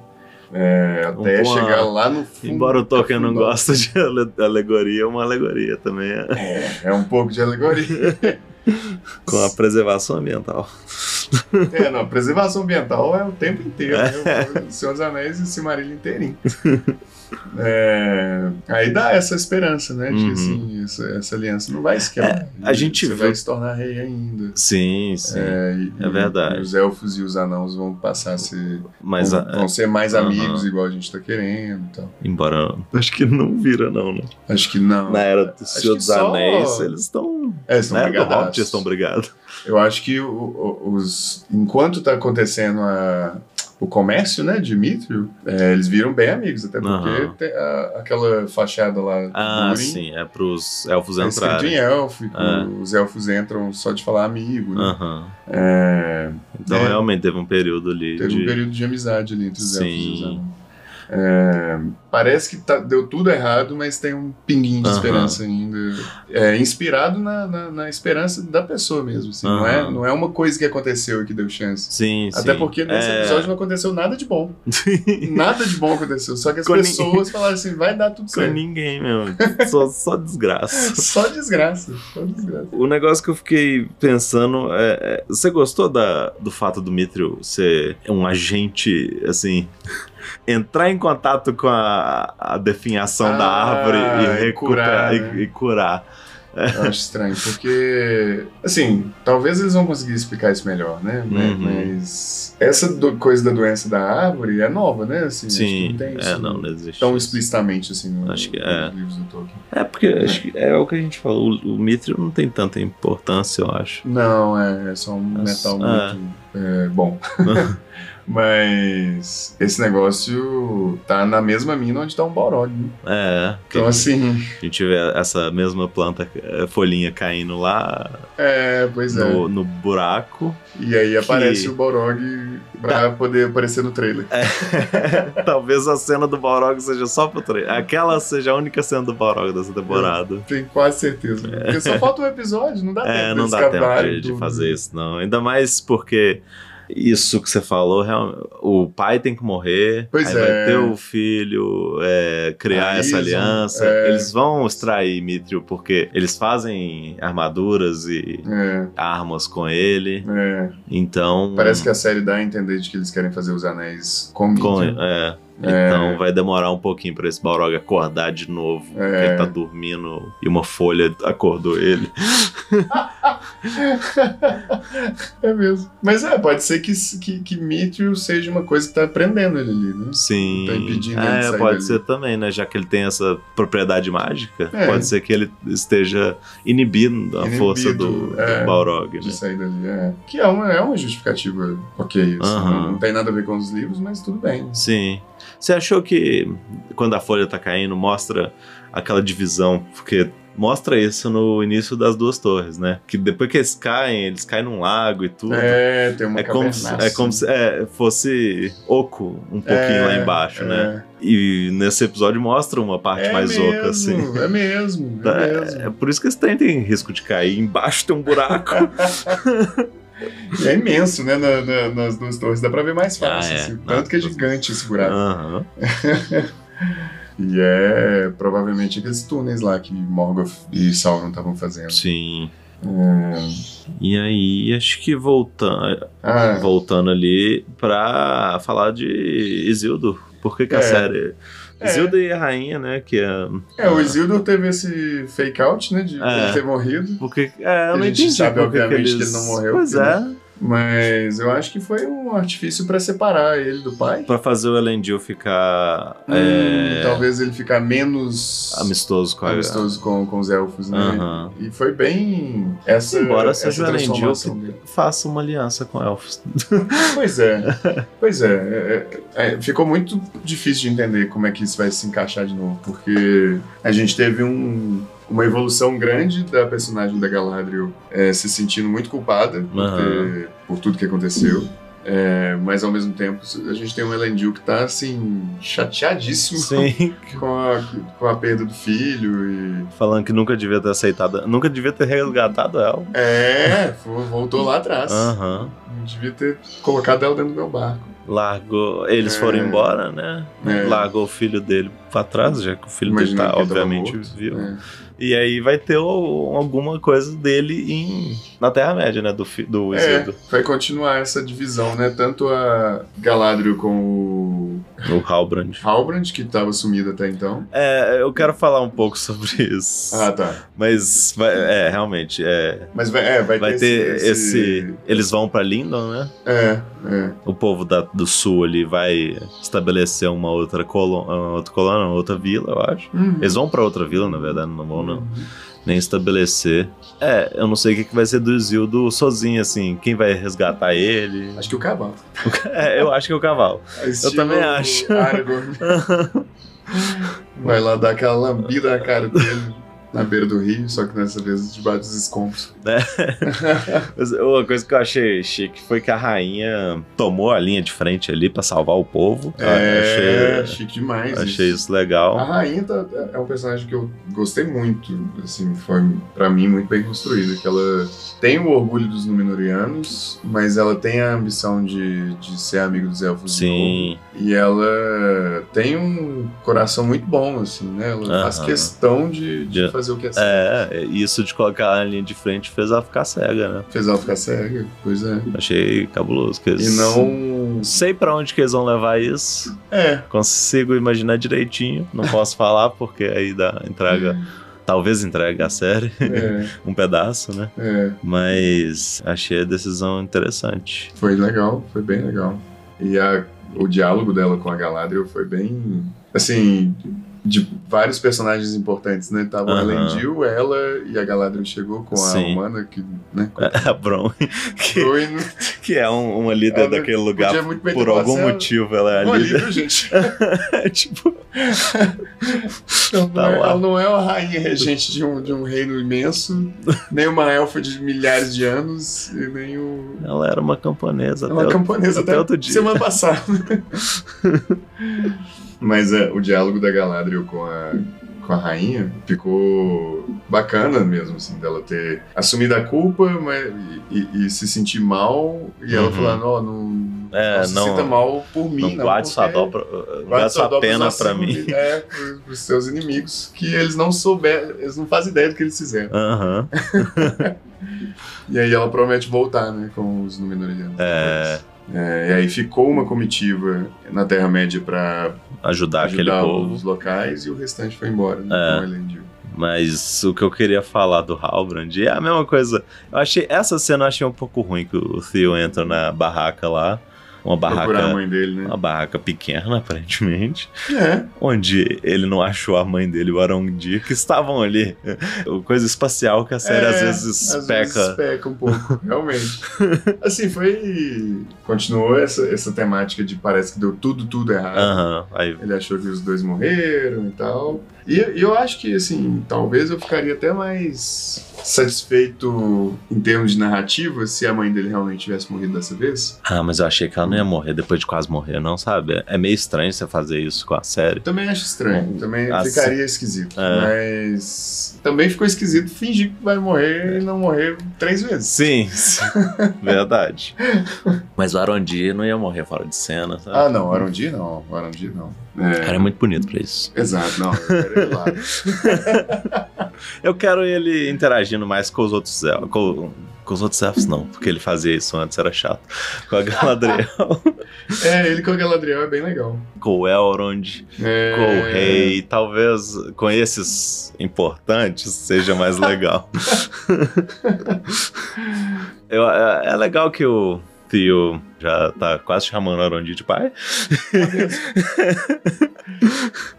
Speaker 1: É, até
Speaker 2: Uma-
Speaker 1: chegar lá no fundo.
Speaker 2: Embora o Tolkien não
Speaker 1: fundão.
Speaker 2: goste de ale- alegoria, é uma alegoria também. é.
Speaker 1: É, é um pouco de alegoria.
Speaker 2: Com a preservação ambiental.
Speaker 1: É, não, preservação ambiental é o tempo inteiro, né? O Senhor dos Anéis e o Silmarillion inteirinho. É, aí dá essa esperança, né? De
Speaker 2: Uhum. É,
Speaker 1: assim, essa, essa aliança não vai esquecer. né?
Speaker 2: a gente
Speaker 1: Você
Speaker 2: viu-
Speaker 1: vai se tornar rei ainda.
Speaker 2: Sim, sim.
Speaker 1: É, e-
Speaker 2: É
Speaker 1: e-
Speaker 2: verdade.
Speaker 1: E os elfos e os anãos vão passar a ser.
Speaker 2: Mas,
Speaker 1: vão,
Speaker 2: a-
Speaker 1: vão ser mais
Speaker 2: Aham.
Speaker 1: amigos, igual a gente tá querendo e tal.
Speaker 2: embora. Acho que não vira, não, é, né?
Speaker 1: Acho que não.
Speaker 2: Na era do
Speaker 1: Acho
Speaker 2: Senhor
Speaker 1: que
Speaker 2: dos
Speaker 1: só-
Speaker 2: Anéis, eles estão.
Speaker 1: É, são
Speaker 2: Na era do Hobbit, eles
Speaker 1: brigadaços.
Speaker 2: estão brigados.
Speaker 1: Eu acho que o- o- os. Enquanto tá acontecendo a- o comércio, né, de Mithril, é, eles viram bem amigos, até porque
Speaker 2: Aham.
Speaker 1: tem a- aquela fachada lá
Speaker 2: Ah,
Speaker 1: Durin
Speaker 2: sim, é pros elfos
Speaker 1: é escrito
Speaker 2: entrarem.
Speaker 1: em élfico,
Speaker 2: É.
Speaker 1: os elfos entram só de falar amigo, né?
Speaker 2: Aham.
Speaker 1: É,
Speaker 2: Então
Speaker 1: É.
Speaker 2: realmente teve um período ali
Speaker 1: Teve um
Speaker 2: de.
Speaker 1: período de amizade ali entre os
Speaker 2: Sim.
Speaker 1: elfos e os anões. É, parece que tá- deu tudo errado, mas tem um pinguinho de
Speaker 2: Aham.
Speaker 1: esperança ainda. É inspirado na, na- na esperança da pessoa mesmo. assim, não, é,
Speaker 2: Aham.
Speaker 1: não é uma coisa que aconteceu e que deu chance.
Speaker 2: Sim, sim.
Speaker 1: Até porque nesse
Speaker 2: É,
Speaker 1: episódio não aconteceu nada de bom. Nada de bom aconteceu. Só que as
Speaker 2: Com ninguém.
Speaker 1: pessoas falaram assim: vai dar tudo
Speaker 2: Com
Speaker 1: certo.
Speaker 2: ninguém mesmo. só, só desgraça.
Speaker 1: Só desgraça. Só desgraça.
Speaker 2: O negócio que eu fiquei pensando é. é, você gostou da, do fato do Mithril ser um agente, assim. entrar em contato com a, a definhação da
Speaker 1: Ah,
Speaker 2: árvore e
Speaker 1: e curar,
Speaker 2: recuperar e,
Speaker 1: né?
Speaker 2: e curar.
Speaker 1: Eu acho estranho, porque. Assim, talvez eles vão conseguir explicar isso melhor, né?
Speaker 2: Uhum.
Speaker 1: Mas. Essa do- coisa da doença da árvore é nova, né? Assim, acho que
Speaker 2: Sim,
Speaker 1: não tem
Speaker 2: é,
Speaker 1: isso
Speaker 2: não, não existe.
Speaker 1: Tão
Speaker 2: isso.
Speaker 1: explicitamente assim no-
Speaker 2: Acho que
Speaker 1: nos
Speaker 2: é.
Speaker 1: livros do Tolkien.
Speaker 2: É porque acho que é o que a gente falou. O, o Mithril não tem tanta importância, eu acho.
Speaker 1: Não, é, é só um
Speaker 2: Nossa,
Speaker 1: metal
Speaker 2: ah.
Speaker 1: muito é, bom. Mas esse negócio tá na mesma mina onde tá um Balrog, né?
Speaker 2: É.
Speaker 1: Então, assim,
Speaker 2: A gente vê essa mesma planta, eh, folhinha caindo lá
Speaker 1: é, pois é.
Speaker 2: no, no buraco.
Speaker 1: E aí aparece
Speaker 2: que- Tá.
Speaker 1: o Balrog pra poder aparecer no trailer.
Speaker 2: É. Talvez a cena do Balrog seja só pro trailer. Aquela seja a única cena do Balrog dessa temporada.
Speaker 1: Tenho quase certeza. Porque só falta um episódio, não dá
Speaker 2: É,
Speaker 1: tempo
Speaker 2: não
Speaker 1: deles
Speaker 2: dá tempo
Speaker 1: cavarem
Speaker 2: de, de
Speaker 1: tudo.
Speaker 2: fazer isso, não. Ainda mais porque isso que você falou, real- o pai tem que morrer,
Speaker 1: Pois
Speaker 2: aí
Speaker 1: é.
Speaker 2: vai ter o filho, é, criar
Speaker 1: Aí
Speaker 2: essa
Speaker 1: eles vão-
Speaker 2: aliança.
Speaker 1: é.
Speaker 2: Eles vão extrair Mithril porque eles fazem armaduras e
Speaker 1: É,
Speaker 2: armas com ele.
Speaker 1: é.
Speaker 2: Então.
Speaker 1: Parece que a série dá a entender de que eles querem fazer os anéis com,
Speaker 2: com-
Speaker 1: Mithril.
Speaker 2: é,
Speaker 1: É.
Speaker 2: Então vai demorar um pouquinho pra esse Balrog acordar de novo. porque
Speaker 1: É.
Speaker 2: Ele tá dormindo e uma folha acordou ele.
Speaker 1: é mesmo. Mas é, pode ser que, que, que Mithril seja uma coisa que tá aprendendo ele ali, né?
Speaker 2: Sim.
Speaker 1: Tá impedindo ele de
Speaker 2: é,
Speaker 1: sair
Speaker 2: pode
Speaker 1: dali.
Speaker 2: ser também, né? Já que ele tem essa propriedade mágica,
Speaker 1: É.
Speaker 2: pode ser que ele esteja inibindo a
Speaker 1: Inibido,
Speaker 2: força do, do
Speaker 1: é.
Speaker 2: Balrog,
Speaker 1: De
Speaker 2: né?
Speaker 1: sair dali, é. Que é uma, é uma justificativa ok. assim,
Speaker 2: Aham.
Speaker 1: Não tem nada a ver com os livros, mas tudo bem.
Speaker 2: Sim. Você achou que quando a folha tá caindo, mostra aquela divisão? Porque mostra isso no início das duas torres, né? Que depois que eles caem, eles caem num lago e tudo.
Speaker 1: É, tem uma
Speaker 2: É como, se,
Speaker 1: cavernaça.
Speaker 2: é como se é, fosse oco um pouquinho
Speaker 1: É,
Speaker 2: lá embaixo,
Speaker 1: é.
Speaker 2: né? E nesse episódio mostra uma parte
Speaker 1: É
Speaker 2: mais
Speaker 1: mesmo,
Speaker 2: oca, assim.
Speaker 1: É mesmo, é
Speaker 2: Tá,
Speaker 1: mesmo.
Speaker 2: É por isso que esse trem tem risco de cair. Embaixo tem um buraco.
Speaker 1: E é imenso, né? na- na- nas duas torres. Dá pra ver mais fácil.
Speaker 2: Ah, é.
Speaker 1: assim.
Speaker 2: Não, Ah.
Speaker 1: Tanto que é
Speaker 2: duas-
Speaker 1: gigante esse buraco.
Speaker 2: Aham.
Speaker 1: E é provavelmente aqueles túneis lá que Morgoth e Sauron estavam fazendo.
Speaker 2: Sim.
Speaker 1: É.
Speaker 2: E aí, acho que voltando,
Speaker 1: Ah,
Speaker 2: voltando ali pra falar de Isildur. Por que, que
Speaker 1: É.
Speaker 2: a série.
Speaker 1: É.
Speaker 2: Isildur e a rainha, né? Que é.
Speaker 1: é, o Isildur teve esse fake out, né? De
Speaker 2: É.
Speaker 1: ele ter morrido.
Speaker 2: Porque, é, eu
Speaker 1: A
Speaker 2: não
Speaker 1: gente
Speaker 2: entendi.
Speaker 1: sabe,
Speaker 2: por que que
Speaker 1: obviamente,
Speaker 2: eles...
Speaker 1: que ele não morreu,
Speaker 2: Pois
Speaker 1: porque
Speaker 2: é.
Speaker 1: Mas eu acho que foi um artifício pra separar ele do pai.
Speaker 2: Pra fazer o Elendil ficar
Speaker 1: Hum,
Speaker 2: é,
Speaker 1: talvez ele ficar menos
Speaker 2: Ah, amistoso com a.
Speaker 1: amistoso com, com os elfos, né?
Speaker 2: é? Aham.
Speaker 1: E foi bem essa,
Speaker 2: Embora
Speaker 1: essa
Speaker 2: seja o Elendil
Speaker 1: transformação dele.
Speaker 2: Faça uma aliança com elfos.
Speaker 1: Pois é, pois é, é, é, Ficou muito difícil de entender como é que isso vai se encaixar de novo, porque a gente teve um- uma evolução grande da personagem da Galadriel é, se sentindo muito culpada por,
Speaker 2: Aham.
Speaker 1: ter- por tudo que aconteceu. é, mas ao mesmo tempo a gente tem um Elendil que tá assim, chateadíssimo
Speaker 2: Sim.
Speaker 1: com a, com a perda do filho e.
Speaker 2: Falando que nunca devia ter aceitado. Nunca devia ter resgatado ela.
Speaker 1: É, vo- voltou lá atrás.
Speaker 2: Aham.
Speaker 1: Não Devia ter colocado ela dentro do meu barco.
Speaker 2: Largou. Eles
Speaker 1: É.
Speaker 2: foram embora, né?
Speaker 1: É.
Speaker 2: Largou o filho dele pra trás, já que o filho dele
Speaker 1: Imaginando
Speaker 2: tá,
Speaker 1: que ele tava
Speaker 2: obviamente,
Speaker 1: morto,
Speaker 2: vivo.
Speaker 1: né?
Speaker 2: E aí vai ter o- alguma coisa dele em, na Terra-média, né? Do, fi- do
Speaker 1: É,
Speaker 2: Isildur.
Speaker 1: vai continuar essa divisão, né? Tanto a Galadriel com o
Speaker 2: O Halbrand.
Speaker 1: Halbrand, que tava sumido até então.
Speaker 2: É, eu quero falar um pouco sobre isso.
Speaker 1: Ah, tá.
Speaker 2: Mas, vai- é, realmente, é,
Speaker 1: Mas vai, é, vai,
Speaker 2: Vai ter esse, Eles vão pra Lindon, né?
Speaker 1: É, é.
Speaker 2: O povo da- do sul ali vai estabelecer uma outra colônia, outra, colônia, outra vila, eu acho.
Speaker 1: Uhum.
Speaker 2: Eles vão pra outra vila, na verdade, não vão não. nem estabelecer. É, eu não sei o que, que vai ser do Isildo sozinho, assim. Quem vai resgatar ele?
Speaker 1: Acho que o cavalo.
Speaker 2: É, eu acho que é o cavalo.
Speaker 1: Estilo
Speaker 2: também acho.
Speaker 1: Aragorn. vai lá dar aquela lambida na cara dele. Na beira do rio, só que dessa vez debaixo dos escombros.
Speaker 2: Né? Mas Uma coisa que eu achei chique foi que a rainha tomou a linha de frente ali pra salvar o povo. Eu
Speaker 1: É,
Speaker 2: Ah, achei,
Speaker 1: chique demais.
Speaker 2: achei isso Ah,
Speaker 1: A
Speaker 2: legal.
Speaker 1: Rainha tá- é um personagem que eu gostei muito, assim, foi pra mim muito bem construído, que ela tem o orgulho dos Númenóreanos, mas ela tem a ambição de, de ser amigo dos Elfos de novo.
Speaker 2: Sim,
Speaker 1: e ela tem um coração muito bom, assim, né? Ela faz
Speaker 2: Aham.
Speaker 1: questão de, de
Speaker 2: De-
Speaker 1: fazer o que é certo.
Speaker 2: é, isso de colocar a linha de frente fez ela ficar cega, né?
Speaker 1: Fez ela ficar cega, pois é.
Speaker 2: Achei cabuloso. Que
Speaker 1: E
Speaker 2: eles...
Speaker 1: não...
Speaker 2: Sei pra onde que eles vão levar isso.
Speaker 1: É.
Speaker 2: Consigo imaginar direitinho. Não posso falar porque aí dá, entrega. Talvez entregue a série.
Speaker 1: Hum. É,
Speaker 2: um pedaço, né?
Speaker 1: é.
Speaker 2: Mas achei a decisão interessante.
Speaker 1: Foi legal, foi bem legal. E a- o diálogo dela com a Galadriel foi bem. Assim, de vários personagens importantes, né? Tava o
Speaker 2: Aham.
Speaker 1: Elendil, ela e a Galadriel chegou com a
Speaker 2: Sim.
Speaker 1: humana, que, né?
Speaker 2: A Bron, que,
Speaker 1: Foi, não
Speaker 2: que é um- uma líder
Speaker 1: Ela
Speaker 2: daquele lugar.
Speaker 1: podia muito bem ter
Speaker 2: Por algum
Speaker 1: passado.
Speaker 2: motivo ela é a
Speaker 1: Pô, ali,
Speaker 2: líder.
Speaker 1: viu, gente?
Speaker 2: tipo,
Speaker 1: Ela não
Speaker 2: Tá
Speaker 1: é-
Speaker 2: lá.
Speaker 1: ela não é uma rainha regente de um, de um reino imenso, nem uma elfa de milhares de anos, e nem o.
Speaker 2: ela era uma camponesa.
Speaker 1: É uma
Speaker 2: até o-
Speaker 1: camponesa
Speaker 2: até
Speaker 1: até
Speaker 2: outro dia.
Speaker 1: Semana passada. Mas é, o diálogo da Galadriel com a, com a rainha ficou bacana mesmo, assim, dela ter assumido a culpa mas, e, e- e se sentir mal. E ela
Speaker 2: Uhum.
Speaker 1: falando, ó, não,
Speaker 2: É,
Speaker 1: não se
Speaker 2: não-
Speaker 1: sinta mal por mim.
Speaker 2: Não guarde sua,
Speaker 1: porque-
Speaker 2: dobra, não guarde sua
Speaker 1: dobra
Speaker 2: pena
Speaker 1: pros
Speaker 2: pra
Speaker 1: nossos
Speaker 2: mim.
Speaker 1: inimigos, É, pros, pros seus inimigos, que eles não souberam, eles não fazem ideia do que eles fizeram.
Speaker 2: Aham.
Speaker 1: E aí ela promete voltar, né, com os Númenóreanos.
Speaker 2: É.
Speaker 1: É, e aí ficou uma comitiva na Terra-média para
Speaker 2: Ajudar, aquele
Speaker 1: ajudar
Speaker 2: povo.
Speaker 1: os locais e o restante foi embora. Né?
Speaker 2: É.
Speaker 1: Pra Elendil.
Speaker 2: Mas o que eu queria falar do Halbrand é a mesma coisa. Eu achei essa cena eu achei um pouco ruim que o Theo entra na barraca lá, uma
Speaker 1: Procurar a
Speaker 2: barraca,
Speaker 1: mãe dele, né?
Speaker 2: uma barraca pequena aparentemente,
Speaker 1: É,
Speaker 2: onde ele não achou a mãe dele, o Arondir, que estavam ali. O coisa espacial que a série
Speaker 1: É,
Speaker 2: às vezes
Speaker 1: às
Speaker 2: peca.
Speaker 1: vezes peca um pouco, realmente. Assim, foi. Continuou essa, essa temática de parece que deu tudo, tudo errado.
Speaker 2: Aham, aí
Speaker 1: Ele achou que os dois morreram e tal. E, e eu acho que, assim, talvez eu ficaria até mais satisfeito em termos de narrativa se a mãe dele realmente tivesse morrido dessa vez.
Speaker 2: Ah, mas eu achei que ela não ia morrer depois de quase morrer, não, sabe? É meio estranho você fazer isso com a série.
Speaker 1: Também acho estranho, também
Speaker 2: Assim.
Speaker 1: ficaria esquisito.
Speaker 2: É.
Speaker 1: Mas também ficou esquisito fingir que vai morrer e não morrer três vezes.
Speaker 2: Sim, sim. verdade. Mas o Arondir não ia morrer fora de cena, sabe?
Speaker 1: Ah, não, Arondi não, Arondi não.
Speaker 2: O cara é muito bonito pra isso.
Speaker 1: Exato, não, eu quero ele lá.
Speaker 2: Eu quero ele interagindo mais com os outros elfos. Com, com os outros elfos, não, porque ele fazia isso antes, era chato. Com a Galadriel,
Speaker 1: É, ele com a Galadriel é bem legal.
Speaker 2: com o Elrond,
Speaker 1: É...
Speaker 2: com o Rei. Talvez com esses importantes seja mais legal. Eu- é, é legal que o Theo já tá quase chamando o Arondir de pai.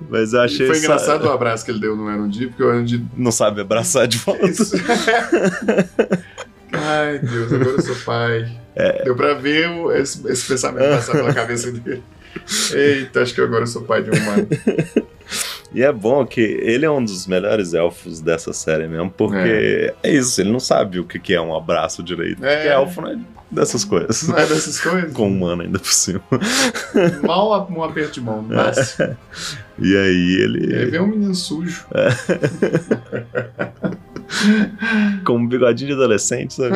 Speaker 2: Mas eu achei
Speaker 1: Foi
Speaker 2: essa-
Speaker 1: engraçado o abraço que ele deu no Arondi, porque o Arondi
Speaker 2: Não sabe abraçar de volta.
Speaker 1: Isso. Ai, Deus, agora eu sou pai. Deu pra ver o- esse, esse pensamento passar pela cabeça dele. Eita, acho que agora eu sou pai de um humano.
Speaker 2: E é bom que ele é um dos melhores elfos dessa série mesmo, porque é, isso, ele não sabe o que que é um abraço direito.
Speaker 1: É.
Speaker 2: Porque elfo não é dessas coisas.
Speaker 1: Não é dessas coisas?
Speaker 2: Com um humano ainda por cima.
Speaker 1: Mal a- um aperto de mão, mas
Speaker 2: E aí
Speaker 1: ele
Speaker 2: ele,
Speaker 1: vê um menino sujo.
Speaker 2: com um bigodinho de adolescente, sabe?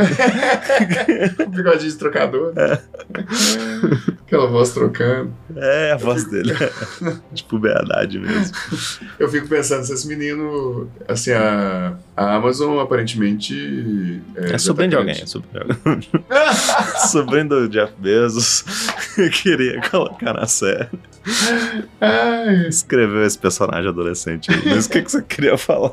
Speaker 1: Um bigodinho de trocador. né? Aquela voz trocando.
Speaker 2: É a voz dele. de puberdade mesmo.
Speaker 1: Eu fico pensando se esse menino. Assim, a, a Amazon aparentemente.
Speaker 2: É,
Speaker 1: já
Speaker 2: sobrinho de
Speaker 1: tá
Speaker 2: alguém, é sobrinho de alguém. sobrinho do Jeff Bezos. que queria colocar na série.
Speaker 1: Ai,
Speaker 2: Escreveu esse personagem adolescente aí. Mas o que, que você queria falar?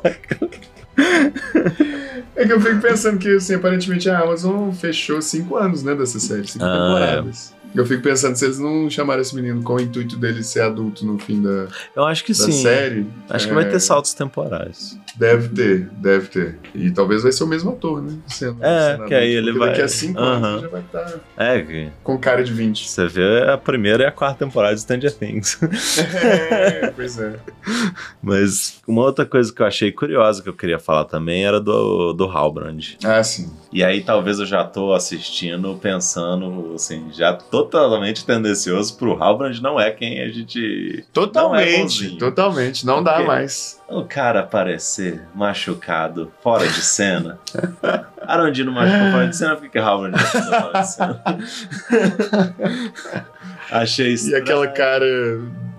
Speaker 1: É que eu fico pensando que, assim, aparentemente a Amazon fechou cinco anos, né, dessa série, cinco
Speaker 2: Ah,
Speaker 1: temporadas. Eu fico pensando se eles não chamaram esse menino com o intuito dele ser adulto no fim da, da
Speaker 2: Eu acho que sim.
Speaker 1: série.
Speaker 2: Acho que vai
Speaker 1: é,
Speaker 2: ter saltos temporais.
Speaker 1: Deve ter, deve ter. E talvez vai ser o mesmo ator, né? Sendo,
Speaker 2: É,
Speaker 1: sendo
Speaker 2: que aí
Speaker 1: adulto,
Speaker 2: ele
Speaker 1: porque Daqui
Speaker 2: vai-
Speaker 1: a cinco anos
Speaker 2: Aham.
Speaker 1: ele já vai estar
Speaker 2: É, que
Speaker 1: com cara de 20.
Speaker 2: você vê a primeira e a quarta temporada de Stranger Things.
Speaker 1: é, pois é.
Speaker 2: Mas uma outra coisa que eu achei curiosa que eu queria falar também era do, do Halbrand.
Speaker 1: Ah, sim.
Speaker 2: E aí talvez eu já tô assistindo pensando, assim, já totalmente tendencioso pro Halbrand não é quem a gente... Não é
Speaker 1: Totalmente,
Speaker 2: bonzinho.
Speaker 1: totalmente. Não dá
Speaker 2: Por quê?
Speaker 1: mais.
Speaker 2: O cara aparecer machucado, fora de cena. Arondino machucou fora de cena, por que que Halbrand machucou fora de cena? achei
Speaker 1: E
Speaker 2: estranho.
Speaker 1: aquela cara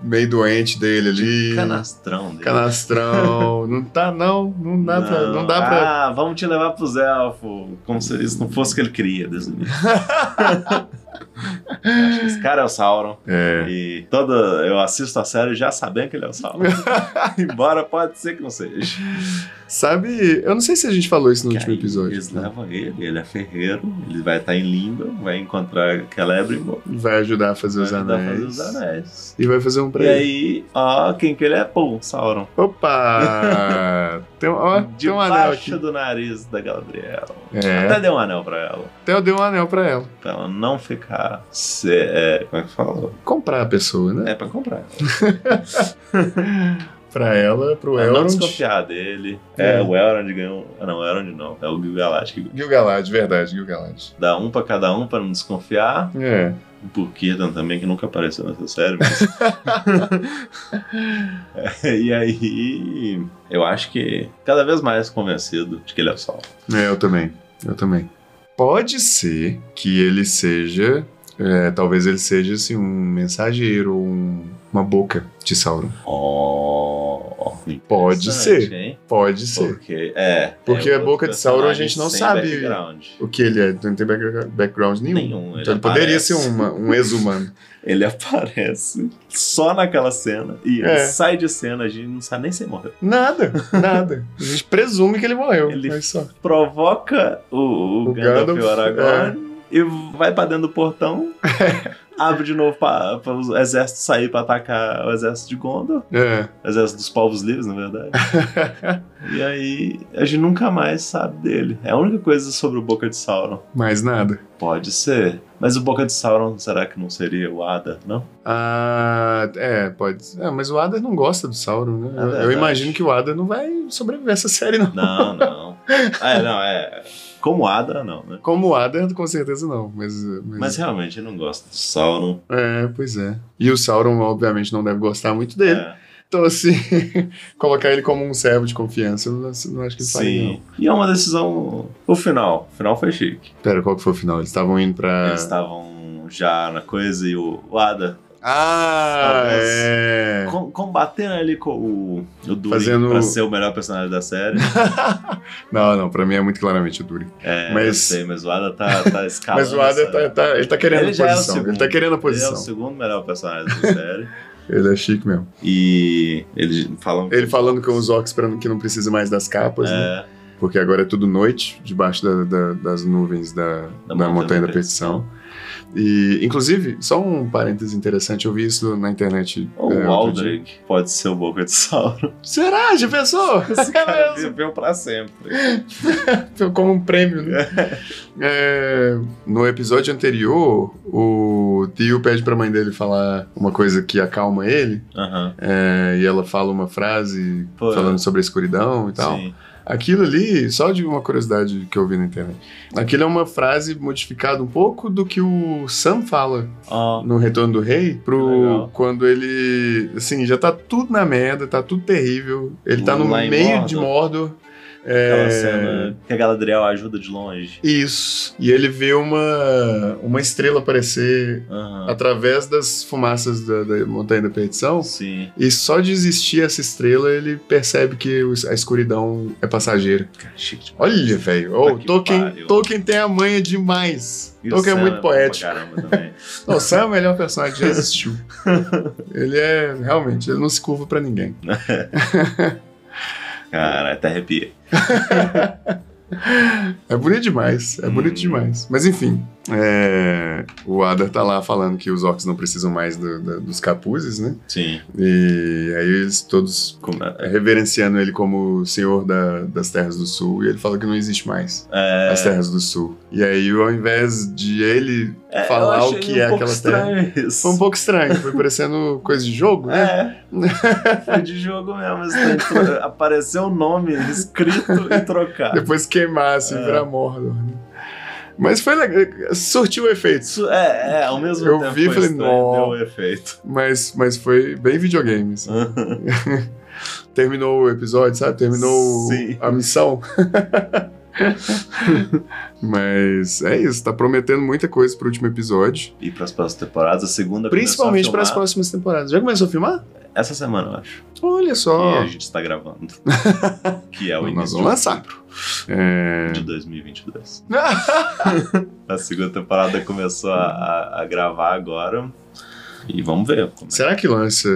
Speaker 1: meio doente dele ali.
Speaker 2: Canastrão dele.
Speaker 1: Canastrão. não tá, não. Não dá pra. Não dá pra.
Speaker 2: Ah, vamos te levar pros elfos. Como se isso não fosse o que ele queria, Deus do livro. Esse cara é o Sauron.
Speaker 1: É.
Speaker 2: E toda. Eu assisto a série já sabendo que ele é o Sauron. Embora pode ser que não seja.
Speaker 1: Sabe, eu não sei se a gente falou isso no
Speaker 2: Que
Speaker 1: último
Speaker 2: aí
Speaker 1: episódio. né?
Speaker 2: Eles levam ele, ele é ferreiro, ele vai estar em Lindon, vai encontrar Celebrimbor.
Speaker 1: Vai ajudar a fazer os
Speaker 2: Vai ajudar a fazer os
Speaker 1: anéis.
Speaker 2: anéis.
Speaker 1: E vai fazer um pra
Speaker 2: E
Speaker 1: ele.
Speaker 2: aí, ó, quem que ele é? Pô, Sauron.
Speaker 1: Opa! tem, um- ó, tem um anel
Speaker 2: Debaixo
Speaker 1: aqui.
Speaker 2: do nariz da Galadriel. Até
Speaker 1: É.
Speaker 2: deu um anel pra ela.
Speaker 1: Até eu dei um anel pra ela.
Speaker 2: Pra ela não ficar. se- é, como é que fala?
Speaker 1: Comprar a pessoa, né?
Speaker 2: É pra comprar.
Speaker 1: Pra ela, pro
Speaker 2: É. Pra não
Speaker 1: Elrond.
Speaker 2: desconfiar dele.
Speaker 1: É.
Speaker 2: É, o Elrond ganhou. Ah, não, o Elrond não. É o Gilgalad que
Speaker 1: Gil-galad, verdade, Gil-galad.
Speaker 2: dá um pra cada um pra não desconfiar.
Speaker 1: É.
Speaker 2: O Burkidan também, que nunca apareceu nessa série. Mas... É, e aí. Eu acho que cada vez mais convencido de que ele é o Sol.
Speaker 1: É, eu também. Eu também. Pode ser que ele seja. é, talvez ele seja assim, um mensageiro, um- uma boca de Sauron.
Speaker 2: Oh,
Speaker 1: Pode
Speaker 2: Interessante,
Speaker 1: ser,
Speaker 2: hein?
Speaker 1: pode ser.
Speaker 2: Porque, é.
Speaker 1: Porque
Speaker 2: é
Speaker 1: a boca de Sauron a gente não
Speaker 2: sem
Speaker 1: sabe
Speaker 2: background
Speaker 1: O que ele é? Não tem back- background nenhum.
Speaker 2: Nenhum.
Speaker 1: Então ele poderia
Speaker 2: aparece.
Speaker 1: ser uma- um ex-humano.
Speaker 2: Ele aparece só naquela cena e
Speaker 1: É.
Speaker 2: sai de cena, a gente não sabe nem se ele morreu.
Speaker 1: nada, nada. A gente presume que ele morreu.
Speaker 2: Ele-
Speaker 1: Mas só.
Speaker 2: Provoca o, o
Speaker 1: O
Speaker 2: Gandalf, e o
Speaker 1: Gandalf, é.
Speaker 2: Aragorn e vai pra dentro do portão, abre de novo pra, pra o exército sair pra atacar o exército de Gondor,
Speaker 1: É.
Speaker 2: o exército dos povos livres, na verdade. e aí a gente nunca mais sabe dele. É a única coisa sobre o Boca de Sauron.
Speaker 1: Mais nada.
Speaker 2: Pode ser. Mas o Boca de Sauron, será que não seria o Ada, não?
Speaker 1: Ah, é, pode. Ah, mas o Ada não gosta do Sauron, né?
Speaker 2: É
Speaker 1: Eu- eu
Speaker 2: verdade.
Speaker 1: imagino que o Ada não vai sobreviver a essa série, não.
Speaker 2: Não, não. É, não, é. Como Ada, não, né?
Speaker 1: Como o Ada, com certeza não. Mas, mas,
Speaker 2: Mas realmente eu não gosto do Sauron.
Speaker 1: É, pois é. E o Sauron, obviamente, não deve gostar muito dele.
Speaker 2: É,
Speaker 1: Então, assim, colocar ele como um servo de confiança, eu não, não acho que ele faria, não.
Speaker 2: sim. E é uma decisão. O final. O final foi chique.
Speaker 1: Pera, qual que foi o final? Eles estavam indo pra.
Speaker 2: Eles estavam já na coisa e o, o Ada
Speaker 1: Ah,
Speaker 2: Talvez.
Speaker 1: é.
Speaker 2: com- combatendo ali com o, o Durin
Speaker 1: Fazendo-
Speaker 2: pra ser o melhor personagem da série.
Speaker 1: não, não, pra mim é muito claramente o Durin.
Speaker 2: É,
Speaker 1: Mas-
Speaker 2: eu sei, mas o Ada tá, tá escalando.
Speaker 1: Mas o Ada,
Speaker 2: essa-
Speaker 1: tá, tá- ele tá querendo
Speaker 2: Ele já é o
Speaker 1: posição. ele
Speaker 2: segundo.
Speaker 1: tá querendo
Speaker 2: Ele
Speaker 1: a
Speaker 2: é
Speaker 1: posição.
Speaker 2: o segundo melhor personagem da série.
Speaker 1: Ele é, chique mesmo.
Speaker 2: e eles falam.
Speaker 1: Ele falando com os orcs pra não- que não precisa mais das capas, né?
Speaker 2: é,
Speaker 1: Porque agora é tudo noite, debaixo da- da- das nuvens da, da Montanha, da Perdição. E, inclusive, só um parêntese interessante, eu vi isso na internet.
Speaker 2: Ou
Speaker 1: é,
Speaker 2: o
Speaker 1: outro dia.
Speaker 2: Aldrich pode ser o Boca de Sauron.
Speaker 1: Será? Já pensou?
Speaker 2: Esse
Speaker 1: É
Speaker 2: cara
Speaker 1: mesmo.
Speaker 2: viveu pra sempre.
Speaker 1: Como um prêmio, né? É, no episódio anterior, o tio pede pra mãe dele falar uma coisa que acalma ele.
Speaker 2: Aham.
Speaker 1: é, e ela fala uma frase
Speaker 2: Pô,
Speaker 1: falando sobre a escuridão e tal.
Speaker 2: Sim.
Speaker 1: Aquilo ali, só de uma curiosidade que eu vi na internet, aquilo é uma frase modificada um pouco do que o Sam fala
Speaker 2: Ó,
Speaker 1: no Retorno do Rei,
Speaker 2: Que
Speaker 1: pro
Speaker 2: legal.
Speaker 1: quando ele, assim, já tá tudo na merda, tá tudo terrível, ele tá no
Speaker 2: Lá em
Speaker 1: meio
Speaker 2: Mordor.
Speaker 1: de Mordor.
Speaker 2: aquela
Speaker 1: é,
Speaker 2: cena que a Galadriel ajuda de longe.
Speaker 1: Isso. E ele vê uma, uma estrela aparecer
Speaker 2: Aham.
Speaker 1: através das fumaças da, da Montanha da Perdição.
Speaker 2: Sim.
Speaker 1: E só de existir essa estrela, ele percebe que os- a escuridão é passageira.
Speaker 2: Cara, chique demais.
Speaker 1: Olha, velho. ô,
Speaker 2: que
Speaker 1: Tolkien,
Speaker 2: pariu.
Speaker 1: Tolkien tem a manha demais.
Speaker 2: E o
Speaker 1: Tolkien é
Speaker 2: Sam
Speaker 1: muito
Speaker 2: bom pra
Speaker 1: poético.
Speaker 2: Caramba também.
Speaker 1: Não, o Sam é o melhor personagem que já existiu. ele é, realmente, ele não se curva pra ninguém.
Speaker 2: Cara, até arrepia.
Speaker 1: É bonito demais, é bonito
Speaker 2: Hum.
Speaker 1: demais. Mas enfim, é, o Adar tá lá falando que os orcs não precisam mais do- da- dos capuzes, né?
Speaker 2: Sim.
Speaker 1: E aí eles todos
Speaker 2: Como é-
Speaker 1: reverenciando ele como senhor da- das terras do sul, e ele fala que não existe mais
Speaker 2: É,
Speaker 1: as terras do sul. E aí, ao invés de ele
Speaker 2: é, eu
Speaker 1: falar o
Speaker 2: achei
Speaker 1: que é
Speaker 2: um pouco
Speaker 1: aquela terra.
Speaker 2: estranho Isso.
Speaker 1: Foi um pouco estranho, foi parecendo coisa de jogo, né?
Speaker 2: É. Foi de jogo mesmo. isso daí. Tro- Apareceu o nome escrito e trocado.
Speaker 1: Depois queimar, assim,
Speaker 2: É.
Speaker 1: virar Mordor. né? Mas foi legal, surtiu efeito.
Speaker 2: Isso, é, é, ao mesmo
Speaker 1: Eu
Speaker 2: tempo
Speaker 1: vi e
Speaker 2: foi
Speaker 1: falei,
Speaker 2: estranho,
Speaker 1: "Nó".
Speaker 2: deu o efeito.
Speaker 1: Mas, mas foi bem videogame. assim. Terminou o episódio, sabe? Terminou
Speaker 2: Sim.
Speaker 1: a missão. mas é isso, tá prometendo muita coisa pro último episódio.
Speaker 2: E pras próximas temporadas, a segunda
Speaker 1: Principalmente
Speaker 2: começou
Speaker 1: para
Speaker 2: Tá a
Speaker 1: as
Speaker 2: filmar
Speaker 1: próximas temporadas. Já começou a filmar?
Speaker 2: Essa semana, eu acho.
Speaker 1: Olha
Speaker 2: Que
Speaker 1: só.
Speaker 2: a gente está gravando. que é o
Speaker 1: Nós
Speaker 2: início
Speaker 1: vamos lançar. Ah!
Speaker 2: de outubro
Speaker 1: É...
Speaker 2: de 2022. A segunda temporada começou a, a- a gravar agora. E vamos ver. Como
Speaker 1: Será que lança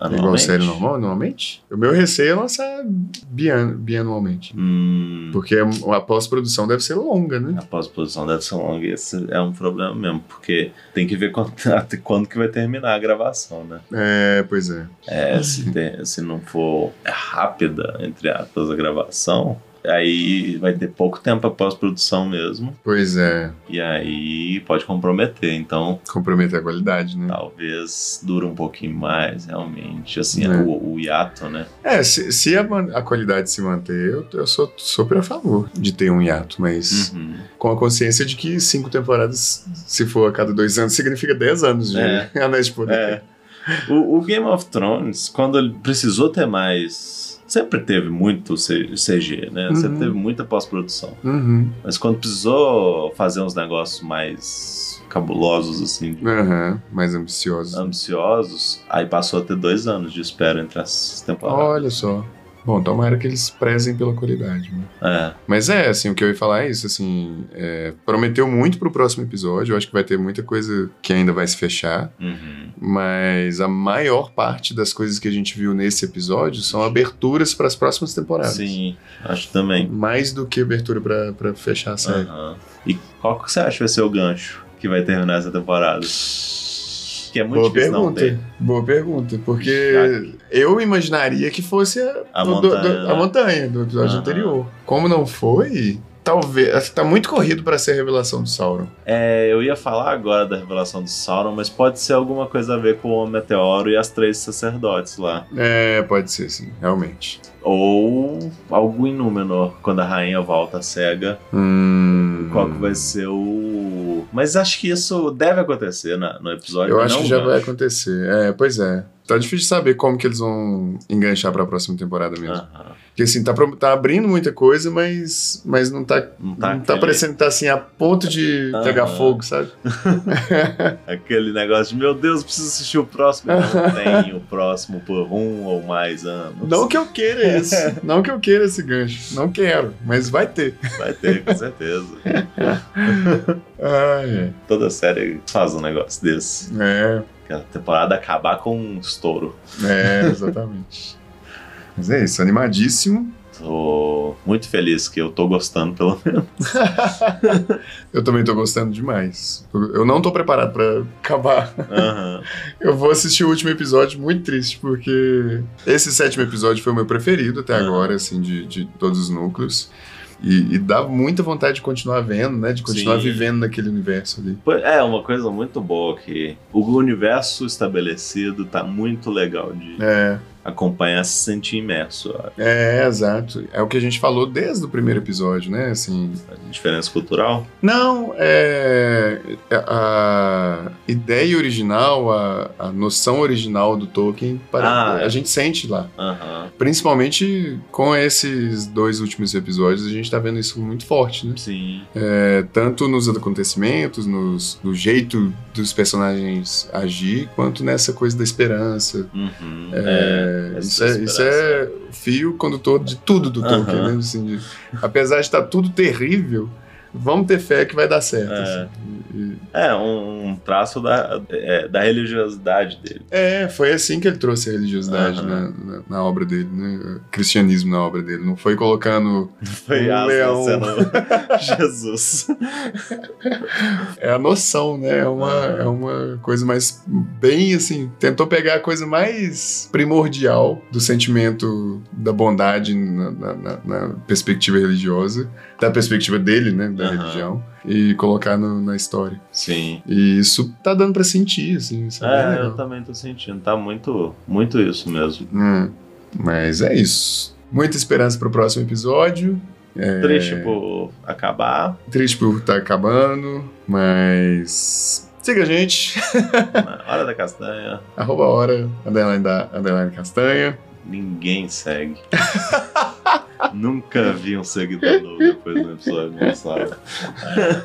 Speaker 2: é.
Speaker 1: igual
Speaker 2: Anualmente?
Speaker 1: série normal, anualmente? O meu receio é lançar bian- bianualmente.
Speaker 2: Hum,
Speaker 1: Porque a pós-produção deve ser longa, né?
Speaker 2: a pós-produção deve ser longa. e Esse é um problema mesmo, porque tem que ver quando, até quando que vai terminar a gravação, né?
Speaker 1: É, pois é.
Speaker 2: É, se, tem- se não for rápida, entre aspas, a gravação, aí vai ter pouco tempo após produção mesmo.
Speaker 1: Pois é.
Speaker 2: E aí pode comprometer. Então,
Speaker 1: Comprometer a qualidade, né?
Speaker 2: talvez dure um pouquinho mais, realmente. Assim,
Speaker 1: É.
Speaker 2: o, o hiato, né?
Speaker 1: É, se, se a, man- a qualidade se manter, eu, eu sou super a favor de ter um hiato, mas
Speaker 2: Uhum.
Speaker 1: com a consciência de que cinco temporadas, se for a cada dois anos, significa dez anos de
Speaker 2: É.
Speaker 1: Anéis de Poder.
Speaker 2: É. O, o Game of Thrones, quando ele precisou ter mais. Sempre teve muito C- CG, né? Sempre
Speaker 1: Uhum.
Speaker 2: teve muita pós-produção.
Speaker 1: Uhum.
Speaker 2: Mas quando precisou fazer uns negócios mais cabulosos, assim, de-
Speaker 1: Aham, mais ambiciosos.
Speaker 2: ambiciosos. Aí passou a ter dois anos de espera entre as temporadas.
Speaker 1: Olha só. Bom, tomara que eles prezem pela qualidade, né?
Speaker 2: É,
Speaker 1: Mas é, assim, o que eu ia falar é isso, assim, é, prometeu muito pro próximo episódio, eu acho que vai ter muita coisa que ainda vai se fechar,
Speaker 2: uhum.
Speaker 1: mas a maior parte das coisas que a gente viu nesse episódio são aberturas para as próximas temporadas.
Speaker 2: Sim, acho que também.
Speaker 1: Mais do que abertura pra- pra fechar a série.
Speaker 2: Aham. E qual que você acha que vai ser o gancho que vai terminar essa temporada? Que é muito
Speaker 1: Boa
Speaker 2: difícil não
Speaker 1: pergunta.
Speaker 2: ter.
Speaker 1: Boa pergunta, porque
Speaker 2: Vixe,
Speaker 1: eu imaginaria que fosse a,
Speaker 2: A
Speaker 1: do- do-
Speaker 2: montanha,
Speaker 1: do-
Speaker 2: né?
Speaker 1: a montanha do episódio
Speaker 2: Aham.
Speaker 1: anterior. Como não foi, talvez. Tá muito corrido pra ser a revelação do Sauron.
Speaker 2: É, eu ia falar agora da revelação do Sauron, mas pode ser alguma coisa a ver com o Homem Meteoro e as três sacerdotes lá.
Speaker 1: É, pode ser, sim, realmente.
Speaker 2: Ou algo em Númenor, quando a rainha volta cega.
Speaker 1: Hum,
Speaker 2: Qual que vai ser o. Mas acho que isso deve acontecer na- no episódio.
Speaker 1: Eu
Speaker 2: mas
Speaker 1: acho
Speaker 2: não
Speaker 1: que já
Speaker 2: gancho.
Speaker 1: vai acontecer. É, pois é. Tá difícil saber como que eles vão enganchar pra próxima temporada mesmo.
Speaker 2: Aham.
Speaker 1: Porque assim, tá, pro- tá abrindo muita coisa, mas, mas não tá. Ah.
Speaker 2: Não tá,
Speaker 1: Não
Speaker 2: aquele,
Speaker 1: tá parecendo que tá assim a ponto de
Speaker 2: Aham.
Speaker 1: pegar fogo, sabe?
Speaker 2: aquele negócio de meu Deus, preciso assistir o próximo. Não tem o próximo por um ou mais anos.
Speaker 1: Não que eu queira isso. não que eu queira esse gancho. Não quero, mas vai ter.
Speaker 2: Vai ter, com certeza.
Speaker 1: Ai,
Speaker 2: Toda série faz um negócio desse.
Speaker 1: é.
Speaker 2: Que a temporada acabar com um estouro.
Speaker 1: É, exatamente. mas é isso, animadíssimo.
Speaker 2: Tô muito feliz que eu tô gostando, pelo menos.
Speaker 1: Eu também tô gostando demais. Eu não tô preparado pra acabar.
Speaker 2: Aham.
Speaker 1: Eu vou assistir o último episódio muito triste, porque esse sétimo episódio foi o meu preferido até
Speaker 2: Aham.
Speaker 1: agora, assim, de, de todos os núcleos. E, e dá muita vontade de continuar vendo, né? De continuar
Speaker 2: Sim.
Speaker 1: vivendo naquele universo ali.
Speaker 2: Pô, É uma coisa muito boa que o universo estabelecido tá muito legal de
Speaker 1: É,
Speaker 2: acompanhar, se sentir imerso. A
Speaker 1: é, exato. É o que a gente falou desde o primeiro episódio, né? Assim,
Speaker 2: diferença cultural.
Speaker 1: Não, é. A ideia original, a, a noção original do Tolkien, para,
Speaker 2: Ah, é.
Speaker 1: a gente sente lá.
Speaker 2: Aham.
Speaker 1: Principalmente com esses dois últimos episódios, a gente tá vendo isso muito forte, né?
Speaker 2: Sim.
Speaker 1: É, tanto nos acontecimentos, nos, no jeito dos personagens agir, quanto nessa coisa da esperança.
Speaker 2: Uhum.
Speaker 1: É,
Speaker 2: essa
Speaker 1: isso, é, isso é o fio condutor de tudo do
Speaker 2: Aham.
Speaker 1: Tolkien, né? Assim, de- apesar de estar tudo terrível, vamos ter fé que vai dar certo.
Speaker 2: É.
Speaker 1: assim. E- e-
Speaker 2: É, um, um traço da, é, da religiosidade dele.
Speaker 1: é, foi assim que ele trouxe a religiosidade
Speaker 2: Aham.
Speaker 1: na, na- na obra dele, né? O cristianismo na obra dele. Não foi colocando.
Speaker 2: Foi
Speaker 1: Um
Speaker 2: Aslan
Speaker 1: leão.
Speaker 2: sendo Jesus.
Speaker 1: É a noção, né? É uma,
Speaker 2: Aham.
Speaker 1: é uma coisa mais. Bem assim. Tentou pegar a coisa mais primordial do sentimento da bondade na, na- na- na perspectiva religiosa, da perspectiva dele, né? Da
Speaker 2: Aham.
Speaker 1: religião, e colocar no- na história.
Speaker 2: Sim.
Speaker 1: E isso tá dando pra sentir, assim, isso é bem
Speaker 2: É, eu
Speaker 1: legal.
Speaker 2: também tô sentindo. Tá muito, muito isso mesmo.
Speaker 1: Hum, mas é isso. Muita esperança pro próximo episódio. É.
Speaker 2: Triste por acabar,
Speaker 1: Triste por estar acabando, mas. Siga a gente,
Speaker 2: na né? Hora da Castanha,
Speaker 1: arroba hora, underline da underline castanha.
Speaker 2: ninguém segue. Nunca vi um seguidor novo depois do episódio lançado.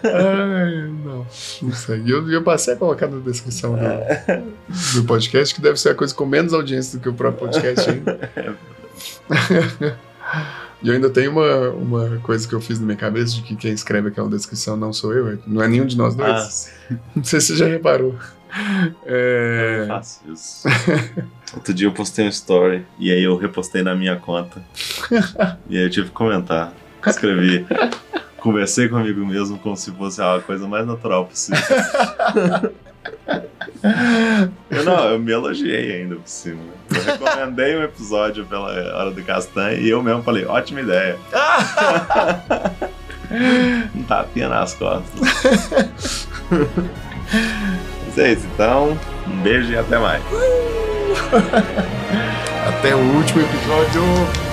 Speaker 1: Ai, não, não sei. Eu, eu passei a colocar na descrição do, do podcast, que deve ser a coisa com menos audiência do que o próprio podcast ainda. E eu ainda tenho uma, uma coisa que eu fiz na minha cabeça de que quem escreve aquela descrição não sou eu, não é nenhum de nós dois.
Speaker 2: Ah, sim,
Speaker 1: Não sei se você já reparou.
Speaker 2: eu
Speaker 1: É,
Speaker 2: faço isso. Outro dia eu postei um story e aí eu repostei na minha conta. E aí eu tive que comentar. Escrevi. Conversei comigo mesmo como se fosse a coisa mais natural possível. Eu não, eu me elogiei ainda por cima. Eu recomendei um episódio pela Hora do Castanho e eu mesmo falei, ótima ideia. um tapinha nas costas. Mas é isso, então. Um beijo e até mais.
Speaker 1: até o último episódio.